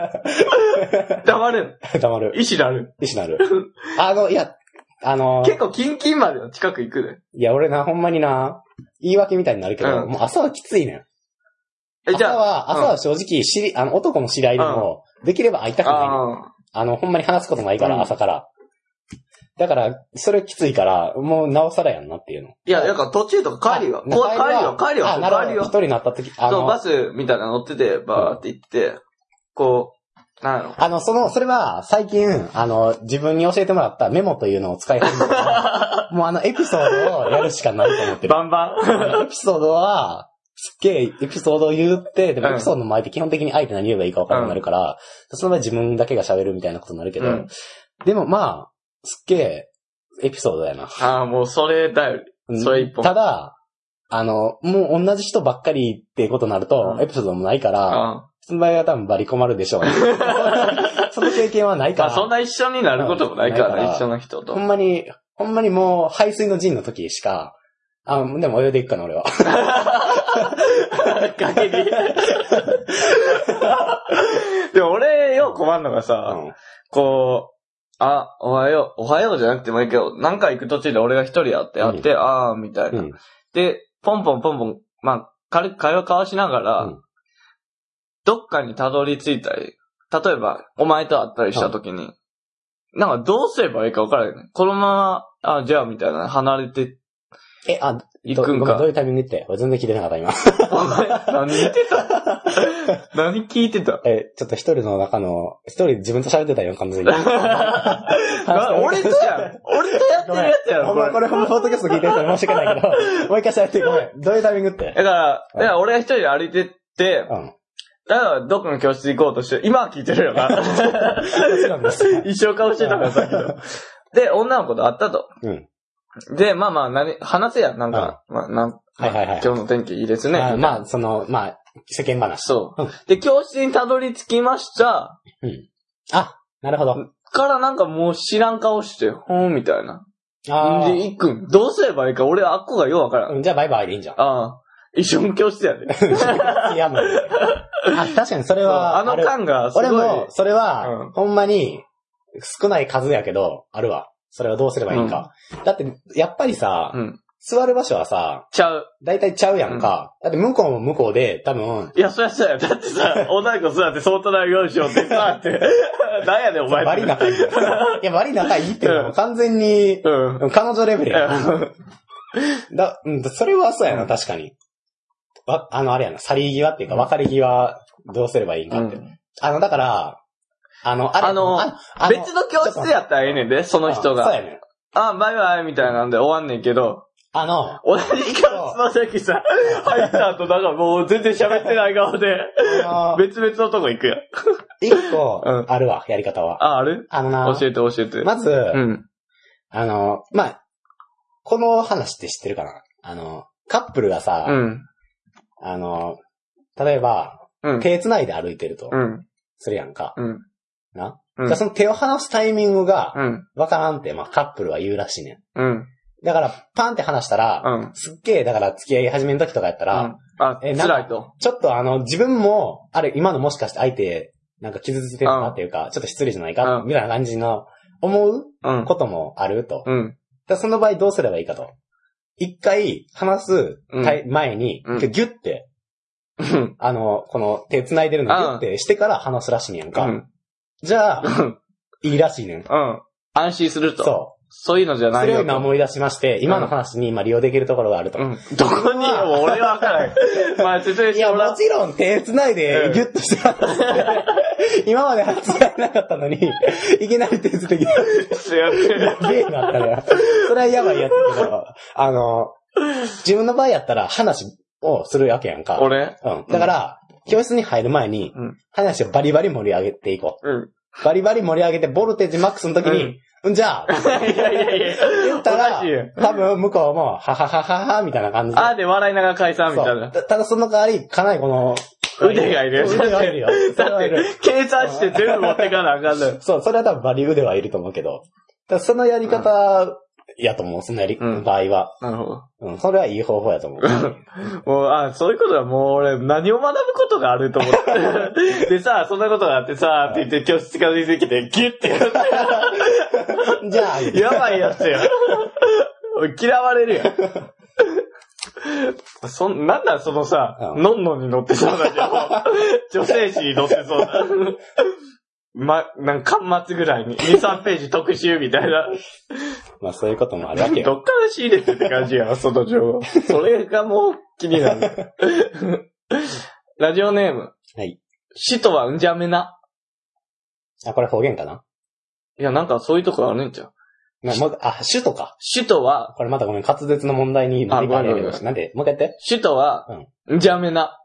A: 黙る。
B: や。たまる。
A: 意志なる。
B: 意志なる。あの、いや、あの、
A: 結構キンキンまでの近く行くで。
B: いや、俺な、ほんまにな、言い訳みたいになるけど、
A: うん
B: もう朝はきついねん。
A: え、じゃあ、
B: 朝は、
A: うん
B: 朝は正直、知り、あの、男の知り合いでも、できれば会いたくないねん。
A: あ
B: あの、ほんまに話すことないから、
A: うん
B: 朝から。だから、それきついから、もうなおさらやんなっていうの。
A: ーいや、だから途中とか帰りは、こう帰りは、帰り
B: あ、なるほ
A: は、
B: ど
A: 帰り
B: 一
A: は。
B: 人になった時、あ
A: そう、
B: の
A: バ、スみたいなの乗ってて、バーって行って、こう、なんやろ。
B: あの、その、それは、最近、あの、自分に教えてもらったメモというのを使い始めた から、もうあの、エピソードをやるしかないと思ってる。
A: バンバン。
B: あのエピソードは、すっげえエピソードを言って、でも
A: うん
B: エピソードの前って基本的に相手何言えばいいか分からなくなるから、その場合自分だけが喋るみたいなことになるけど、
A: うん
B: でもまあ、すっげえエピソードだよな。
A: ああ、もうそれだよ。
B: うん
A: それ一本
B: ただ、あの、もう同じ人ばっかりっていうことになると
A: う、ん
B: エピソードもないから、
A: あ
B: その場合は多分バリ困るで しょうね。その経験はないか
A: まあ、
B: ら。
A: そんな一緒になることもないから
B: うんないか
A: ね、
B: ら
A: 一緒の人と
B: ほ。んまに、ほんまにもう、排水の陣の時しか、あ、でも泳いでいくかな、俺は。
A: 陰に。でも俺よ、困るのがさ、こう、あ、おはよう、おはようじゃなくてもいいけど、何回行く途中で俺が一人やって、やって、あー、みたいな。
B: うん
A: で、ポンポンポンポン、まあ、軽く会話交わしながら、
B: うん
A: どっかにたどり着いたり、例えば、お前と会ったりした時に、なんかどうすればいいか分からない。このまま、あ、じゃあ、みたいな、離れて
B: え、あ、
A: いくん
B: どごめ
A: か
B: どう。いうタイミングで言って俺全然聞いてなかった、今。
A: お前何言ってた何聞いてた
B: え、ちょっと一人の中の、一人自分と喋ってたよ、完全 に。
A: な俺とやん俺とやってるやつやろ、
B: ほん
A: こ
B: ま
A: れ。
B: これほんまポッドキャスト聞いてる人に申し訳ないけ ど、もう一回喋ってごめん。どういうタイミングって
A: だから、だから俺が一人で歩いてって、
B: うん。
A: だからどっかの教室行こうとして、今は聞いてるよ な。
B: もちろん です。
A: 一生顔してたからさっきの。で、女の子と会ったと。
B: うん。
A: で、まあまあ、何、話せや、なんか、まあ、なん、
B: はいはいはい
A: 今日の天気いいですね。みた
B: あ
A: いな
B: まあ、その、まあ、世間話。
A: そう
B: うん。
A: で、教室にたどり着きました。
B: あ、なるほど。
A: からなんかもう知らん顔して、ほーん、みたいな。
B: あ
A: で、いっくん、どうすればいいか、俺あっこがようわからん。
B: ーじゃあバイバイでいいんじゃん。
A: ああ、一緒の教室や で。
B: いや、もう。あ、確かにそれ
A: そう
B: は、
A: あの
B: る
A: 感がすごい。
B: 俺も、それは
A: うん、
B: ほんまに、少ない数やけど、あるわ。それはどうすればいいか。だって、やっぱりさ、
A: うん。
B: 座る場所はさ、
A: ちゃう。
B: 大体ちゃうやんか。だって向こうも向こうで、多分、
A: いや、そりゃそうや。だって さ、女の子座って、相当な用意しようってさ、って。なんやねん、お前。
B: バリ 仲いいよ。いや、バリ仲いいっていうのは完全に、
A: うん。
B: 彼女レベルやん。
A: うん
B: だ、うん、それはそうや
A: う
B: な、
A: ん
B: 確かに。わ、あの、あれやな、去り際っていうか、別れ際、どうすればいいんかって。あの、だから、あの、あれ、
A: あの
B: あ
A: 別の教室やったらええねんで、その人
B: あそう
A: が。
B: やねん。
A: あ、バイバイみたいなんで終わんねんけど、
B: あの、
A: 同じ教室の席さ、入った後なんかもう全然喋ってない顔で、
B: あの
A: 別々のとこ行くやん。
B: 一個
A: うん、
B: あるわ、やり方は。
A: あ、ある
B: あのな
A: 教、えて教えて。
B: まず、
A: うん。
B: あの、まあ、この話って知ってるかなあの、カップルがさ、
A: うん。
B: あの、例えば、
A: うん。
B: 手繋いで歩いてると
A: う、ん。
B: するやんか。
A: うん。
B: な、
A: うん
B: じゃあその手を離すタイミングが
A: う、ん。
B: わからんって、まあカップルは言うらしいねん。
A: うん。
B: だから、パンって離したら、
A: うん。
B: すっげえ、だから付き合い始めの時とかやったら、
A: あ、あ
B: えなんか
A: 辛いと。
B: ちょっとあの、自分も、あれ、今のもしかして相手、なんか傷ついてるかなっていうか、ちょっと失礼じゃないか、
A: うん
B: みたいな感じの、思う
A: うん。
B: こともあると。
A: うん。
B: だからその場合どうすればいいかと。一回、話すタイ前に、
A: うん
B: ギュッて、
A: うん。
B: あの、この手繋いでるのギュッてしてから話すらしいねんやん
A: う
B: か。
A: ん。
B: じゃあ、いいらしいねん。
A: うん。安心すると。そう。
B: そ
A: いうのじゃ
B: う。
A: な
B: そ
A: い
B: れを
A: よ
B: 今
A: と。
B: 思い出しまして、今の話に今利用できるところがあると。
A: うん。どこにもう俺はわからない。まあ、説明
B: い
A: して
B: や、
A: もら
B: も
A: う。
B: ちろん手繋いで
A: うん
B: ギュッとしたって。今まで繋いなかったのに、いきなり手繋ぎ。
A: すいません。
B: ゲームあったら、それはやばいやつだけど、あの、自分の場合やったら話をするわけやんか。
A: 俺
B: うん。だから、教室に入る前に
A: うん、
B: 話をバリバリ盛り上げていこ
A: うん。
B: う。バリバリ盛り上げて、ボルテージマックスの時に、うん、じゃあ、
A: いや いやいや、
B: 言った
A: お
B: ら
A: かしいよ、
B: 多分向こうも、ははははは、みたいな感じで。
A: あーで笑いながら解散み
B: そ
A: たいうな。
B: たただその代わり、かなりこの、
A: 腕がいるよ。
B: 腕がいるよ。そ
A: だ
B: れ
A: っ
B: はいる。
A: て、計算して全部持ってかなあかんのよ。
B: そう、それは多分バリ腕はいると思うけど。だからそのやり方、やと思う、そのやり、
A: うん
B: 場合は。
A: なるほど。
B: うん、それはいい方法 やと思う。
A: もう、あ、そういうことはもう俺、何を学ぶことがあると思 って。でさ、そんなことがあってさ、って言って教室近づいてきて、ギュッてやっ
B: じゃあ、
A: て、やばいやつや。嫌われるやん。そん、なんだそのさ、
B: うん
A: のんのんに乗ってそうだけど、女性誌に乗ってそうだ。ま、なんか、巻末ぐらいに、2、3ページ特集みたいな。
B: まあそういうこともあるわけよ。
A: どっから仕入れてって感じやろ、その情報。それがもう気になる。ラジオネーム。
B: はい。
A: 死とはうんじゃめな。
B: あ、これ方言かない
A: や、なんかそういうとこあるんちゃう
B: なもうあ、首都か。
A: 死とは、
B: これまたごめん、滑舌の問題に何かあれやけど
A: あごめんごめん
B: なんで、もう一回やって。
A: 死とは、うんじゃめな。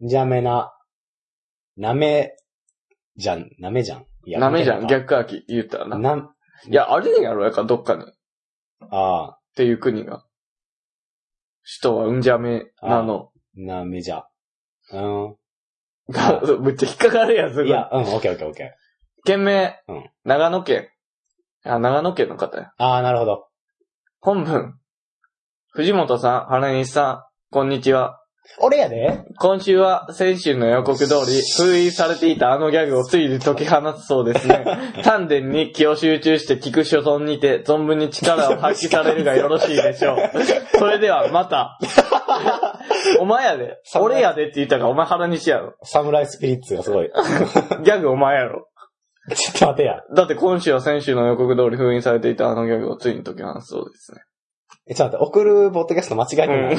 B: じゃめな、なめ、じゃん、なめじゃん。い
A: なめじゃん、
B: もう一
A: 逆書き言ったら
B: 回か
A: な。
B: なん、
A: いや、あるんやろ、やからどっかに。っ
B: ああ、
A: ていう国が。死とはうんじゃめなの。
B: なめじゃ。うあ
A: むっちゃ引っかかるやん、す
B: ん。
A: ご
B: い
A: い。
B: や、うん、オッケーオッケーオッケー。
A: 県名、
B: うん
A: 長野県。あ、長野県の方や。
B: ああ、なるほど。
A: 本文。藤本さん、原西さん、こんにちは。
B: 俺やで。
A: 今週は先週の予告通り、封印されていたあのギャグをついに解き放つそうです ね。丹田に気を集中して聞く所存にて、存分に力を発揮されるがよろしいでし ょう。それでは、ま た。お前やで。俺やでって言ったから、お前原西やろ。
B: サムライスピリッツがすごい。
A: ギ ャグお前やろ。
B: ちょっと待てや。
A: だって今週は先週の予告通り封印されていたあのギャグをついに解き放つそうですね。
B: え、ちょっと待って、送るポッドキャスト間違えてない。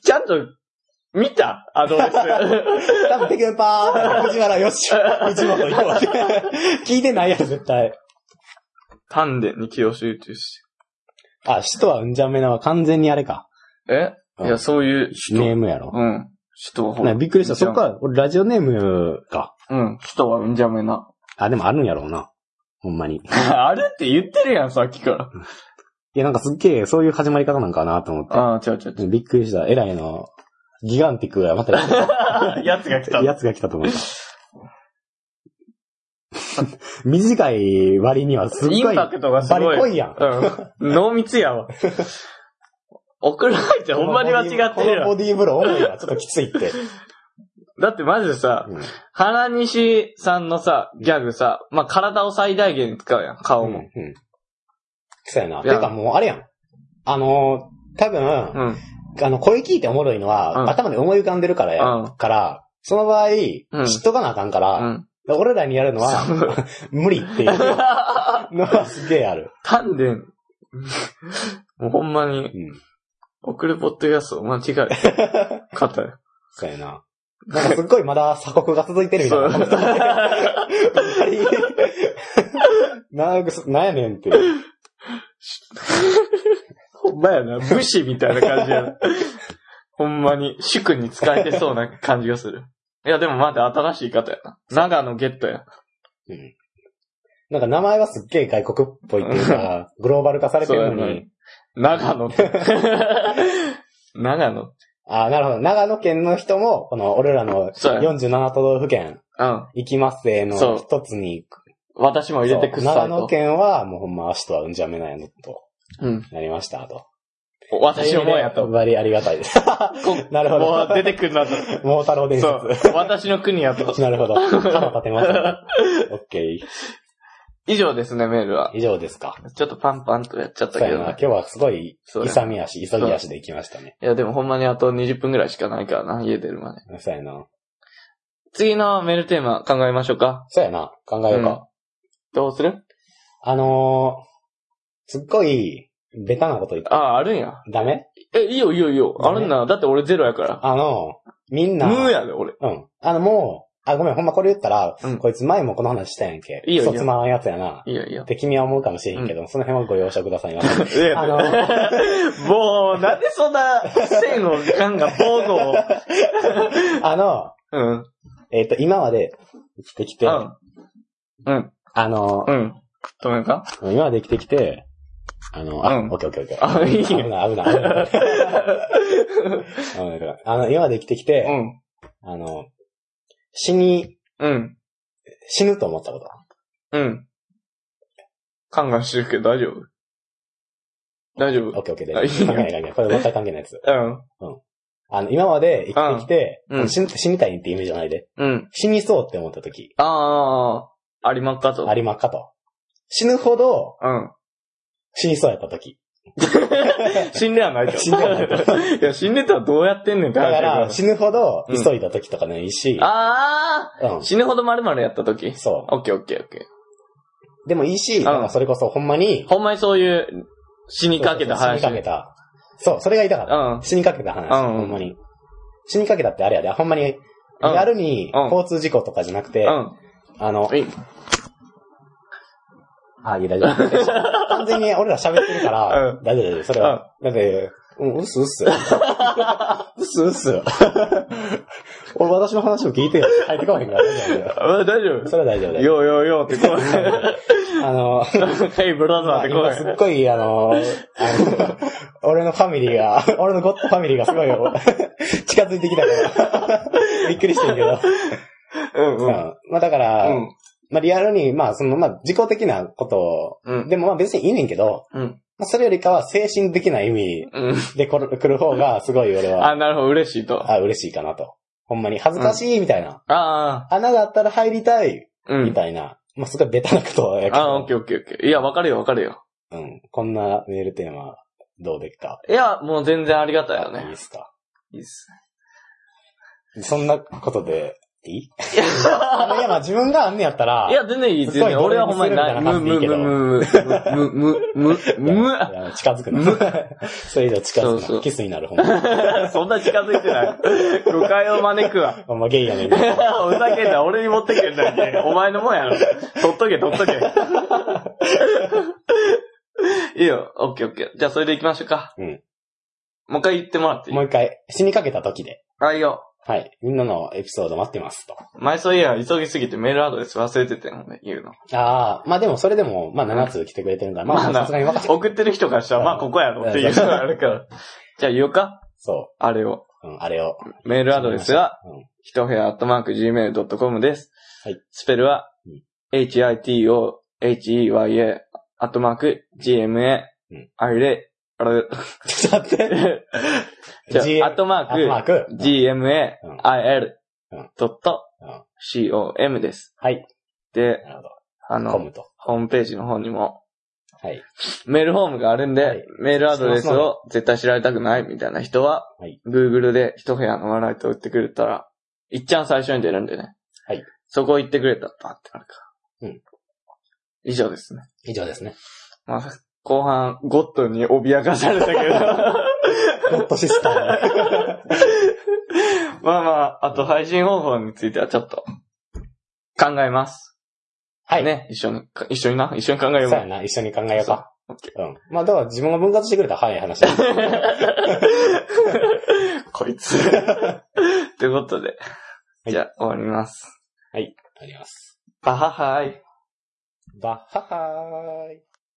A: ちゃんと、見たアドレ ス。
B: 多分、テクパー、藤原 よし、一本行こう。聞いて ないやろ、絶対。
A: 丹田に気を集中し
B: あ、首都はうんじゃめなは完全にあれか。
A: て。え
B: うん
A: いや、そういう人。
B: ネームやろ。
A: うん。人はほ
B: なびっくりした。そっ
A: ら。
B: から、俺ラジオネームか。
A: うん。人はうんじゃめな。
B: あ、でもあるんやろうな。ほんまに。い
A: あれって言ってるやん、さっきから。
B: や、なんかすっげえ、そういう始まり方なんかなと思っ
A: ああ、違う違う違
B: て。びっくりした。エライの、ギガンティックがま た、
A: う。やつが来た。
B: やつが来たと思った。 短い割にはすっごい、
A: インパ
B: バ
A: クトがすごい。
B: リ濃いやん。
A: うん。濃密や わ。送られてほんまに間違ってる
B: この
A: や
B: ボ
A: ん。
B: ディーブロー重いわ。ちょっときついって。
A: だってマジでさ、
B: うん
A: 原西さんのさ、ギャグさ、まあ、体を最大限に使うやん、顔も。
B: うん。そうやな。
A: いや
B: てかもう、あれやん。あのー、多分、
A: うん。うん。
B: あの、声聞いておもろいのは、
A: うん
B: 頭で思い浮かんでるからや、
A: うん
B: から、その場合、知っとかなあかんから、俺らにやるのは、無理 っていうのはすげえある。
A: 丹田、もうほんまに、
B: うん。
A: 送るポッドキャスト間違え方よ。
B: そうやな。なんかすっごいまだ鎖国が続いてるみた い
A: そう
B: な。なんかす、なんやねんっていう。
A: ほんまやな。武士みたいな感じや な。ほんまに、主君に使えてそうな感じがする。いや、でもまだ新しい方やな。長野ゲットや。
B: なんか名前はすっげえ外国っぽいっていうか、グローバル化されて
A: そうや
B: る
A: の
B: の
A: に
B: に。。
A: 長野って。 長野。
B: ああ、なるほど。長野県の人も、この俺らの
A: そうや
B: 47都道府県
A: うん。
B: 行きますせー
A: そ
B: の
A: う
B: 一つに
A: 私も入れてくっさ
B: 長
A: い
B: 野
A: と。
B: 県は、もうほんま、足とはうんじゃめないのと、
A: うん。
B: なりました、と。
A: 私もやと。
B: バリありがた いです。なるほ
A: もう
B: ど。
A: 出てくるな と。
B: 桃太郎伝
A: そ
B: 説。
A: う。私の国やと。
B: なるほど。肩立てました ね。オッケー。
A: 以上ですね、メールは。
B: 以上ですか。
A: ちょっとパンパンとやっちゃった
B: そう
A: け
B: や
A: ど
B: な。
A: ね
B: 今。日はすごい、
A: そうや
B: 勇み足、急ぎ足で行きましたね。
A: いや、でもほんまにあと20分ぐらいしかないからな、家出るまで。
B: そうやな。
A: 次のメールテーマ考えましょうか。
B: そうやな。考えようか。
A: どうする
B: あのー、すっごい、ベタなこと言って、
A: ああ、あるんや。
B: ダメ
A: え、いいよいいよいいよ。あるんな。だって俺ゼロやから。
B: あの、みん
A: ム
B: な、
A: ーやで、俺。
B: うん。あの、もう、あ、ごめん、ほんまこれ言ったら、
A: うん
B: こいつ前もこの話したやんけ。
A: いいよいいよ
B: そつまんやつやな。
A: いいよいいよ
B: っ。て君は思うかもしれへんけど、その辺はご容赦くだ さいよ。
A: いや
B: あの
A: もう、なんでそんな、線をガンガン防護を。
B: あの、
A: うん。
B: えっ、と、今まで生きてきて、あの、
A: うん。うん。止めるか
B: 今まで生きてきて、あの、あ、
A: うん
B: オッケーオッケーオッケー。
A: あいいよ
B: 危ない 危ない危ない。うんだからあの、今まで生きてきて、
A: うん。
B: あの、死に、
A: うん。
B: 死ぬと思ったこと。
A: うん。カンカンしてるけど大丈夫大丈
B: オッ
A: 夫
B: ケーオッケー
A: あい
B: で。
A: いよ
B: 関係ない関係ない。これ全く関係ないやつ。
A: うん。
B: あの、今まで生きてきて、
A: うんうん
B: 死ぬ死にたいって意味じゃないで。
A: うん。
B: 死にそうって思った時、
A: ああ、ありまっかと。
B: 有馬かと。死ぬほど
A: うん。
B: 死にそうやった時。
A: 死んではないと。
B: 死んではない
A: いや、死んでたらどうやってんねんって
B: だ
A: 話
B: か
A: やけど
B: ら、死ぬほど
A: うん
B: 急いだ時とかないいし、
A: あ
B: うん
A: あ、死ぬほど丸々やった時。
B: そ
A: オッケーオッケーオッケ
B: う。でもいいし、
A: ん
B: なんかそれこそほんまに
A: ー。、ほんまにそういう、死にかけた話。
B: 死にかけた。そう、それが言いたかった。
A: うん。
B: 死にかけた話、
A: うん
B: ほんまに。死にかけたってあれやで、ほんまに、
A: うん
B: やるに
A: うん
B: 交通事故とかじゃなくて、
A: う
B: あの、
A: ん。いい
B: あ、いや、大丈夫。 完全に俺ら喋ってるから、
A: う
B: 大丈夫、大丈夫、それは。だって、うん、うっすうっす。 うっすうっす。 俺、私の話を聞いてよ。入ってこへんから、大丈夫だよ。
A: あ大丈夫
B: それは大丈夫だ
A: よ
B: よ。
A: ーよーよーって こ
B: あの、
A: い。ヘイブラザーって
B: 今す
A: こ
B: っごい、あの、あの俺のファミリーが、 俺のゴッドファミリーがすごいよ 近づいてきたから、びっくりしてるけど。
A: い。うん
B: う
A: うんん。
B: まあだから、
A: うん。
B: まあリアルに、まあその、まあ自己的なことを、
A: うん。
B: でもまあ別にいいねんけど、
A: うん。
B: まあそれよりかは精神的な意味
A: うん。
B: で来る来る方が、すごい俺は、
A: あ、なるほど、嬉しいと。あ
B: あ、嬉しいかなと。ほんまに恥ずかしいみたいな。
A: あ
B: 穴があったら入りたい
A: ー、う
B: み
A: ん。
B: たいな。まあすごいベタなことやけ
A: ああ、オッ
B: ど。
A: ケーオッケーオッケー。いや、わかるよ、わかるよ。
B: うん。こんなメールテーマ、どうでっか。
A: いや、もう全然ありがたいよ
B: いい
A: ね
B: っ。すか。
A: いいっす。
B: そんなことで、いいあのいや、まあ自分があんねやったら、
A: いや、全然いい、
B: す
A: 全
B: ごい
A: 然。俺はほんまにない。む
B: 努
A: む
B: 力す
A: む
B: るみたい
A: むむむむむむむ。
B: いや近づくな
A: む。
B: それ以上近づくな。
A: そうそう
B: キスになる、ほん ま。
A: そんな近づいてない。誤解を招くわ。
B: ほんまゲイやねん
A: ふざけんな、俺に持ってけんだけ。お前のもんやろ。取っとけ、取っとけ。いいよ、オッケーオッケー。じゃあ、それで行きましょうか。
B: うん。
A: もう一回言ってもらっていい
B: もう一回、死にかけた時で。
A: あ、いいよ。
B: はい。みんなのエピソード待ってますと。
A: 前そういや、急ぎすぎてメールアドレス忘れてたよね、言うの。
B: ああ、まあでもそれでも、まあ7つ来てくれてるから、まあ
A: な
B: さすがに分かって
A: 送ってる人からしたら、まあ、ここやろっていうのがあるから。じゃあ、言おうか。
B: そ
A: あれを。
B: う。うん、あれを。
A: メールアドレスは、
B: うん
A: ひと部屋アットマーク gmail.com です。
B: はい
A: スペルは
B: うん
A: hitoheyA アットマーク gma
B: うん
A: あれ、あれ、
B: ちょっと待って。
A: じゃあ
B: G-
A: アットマ
B: アットマー
A: ーク
B: ク。うん
A: gmail.com です。
B: はい。
A: で、
B: なるほど。
A: あ
B: コ
A: の、
B: ムと。
A: ホームページの方にも
B: はい。
A: メールフォームがあるんで、
B: はい
A: メールアドレスを絶対知られたくないみたいな人は、
B: はい
A: Google で一部屋の笑いと打ってくれたら、いっちゃん最初に出るんでね。
B: はい。
A: そこ行ってくれたらパンってなるから。
B: うん。
A: 以上ですね。
B: 以上ですね。
A: まあ、後半、ゴッドに脅かされたけど。
B: ゴッドシスターだ。
A: まあまあ、あと配信方法についてはちょっと、考えます。
B: はい。
A: ね、一緒に、か一緒にな、一緒に考えよ
B: そううやな。一緒に考えようか。うん。まあ、だから自分が分割してくれたら早い話。
A: こいつ。ってことで、
B: い
A: じゃあ終わります。
B: あります。
A: バハハイ。
B: バッハハーイ。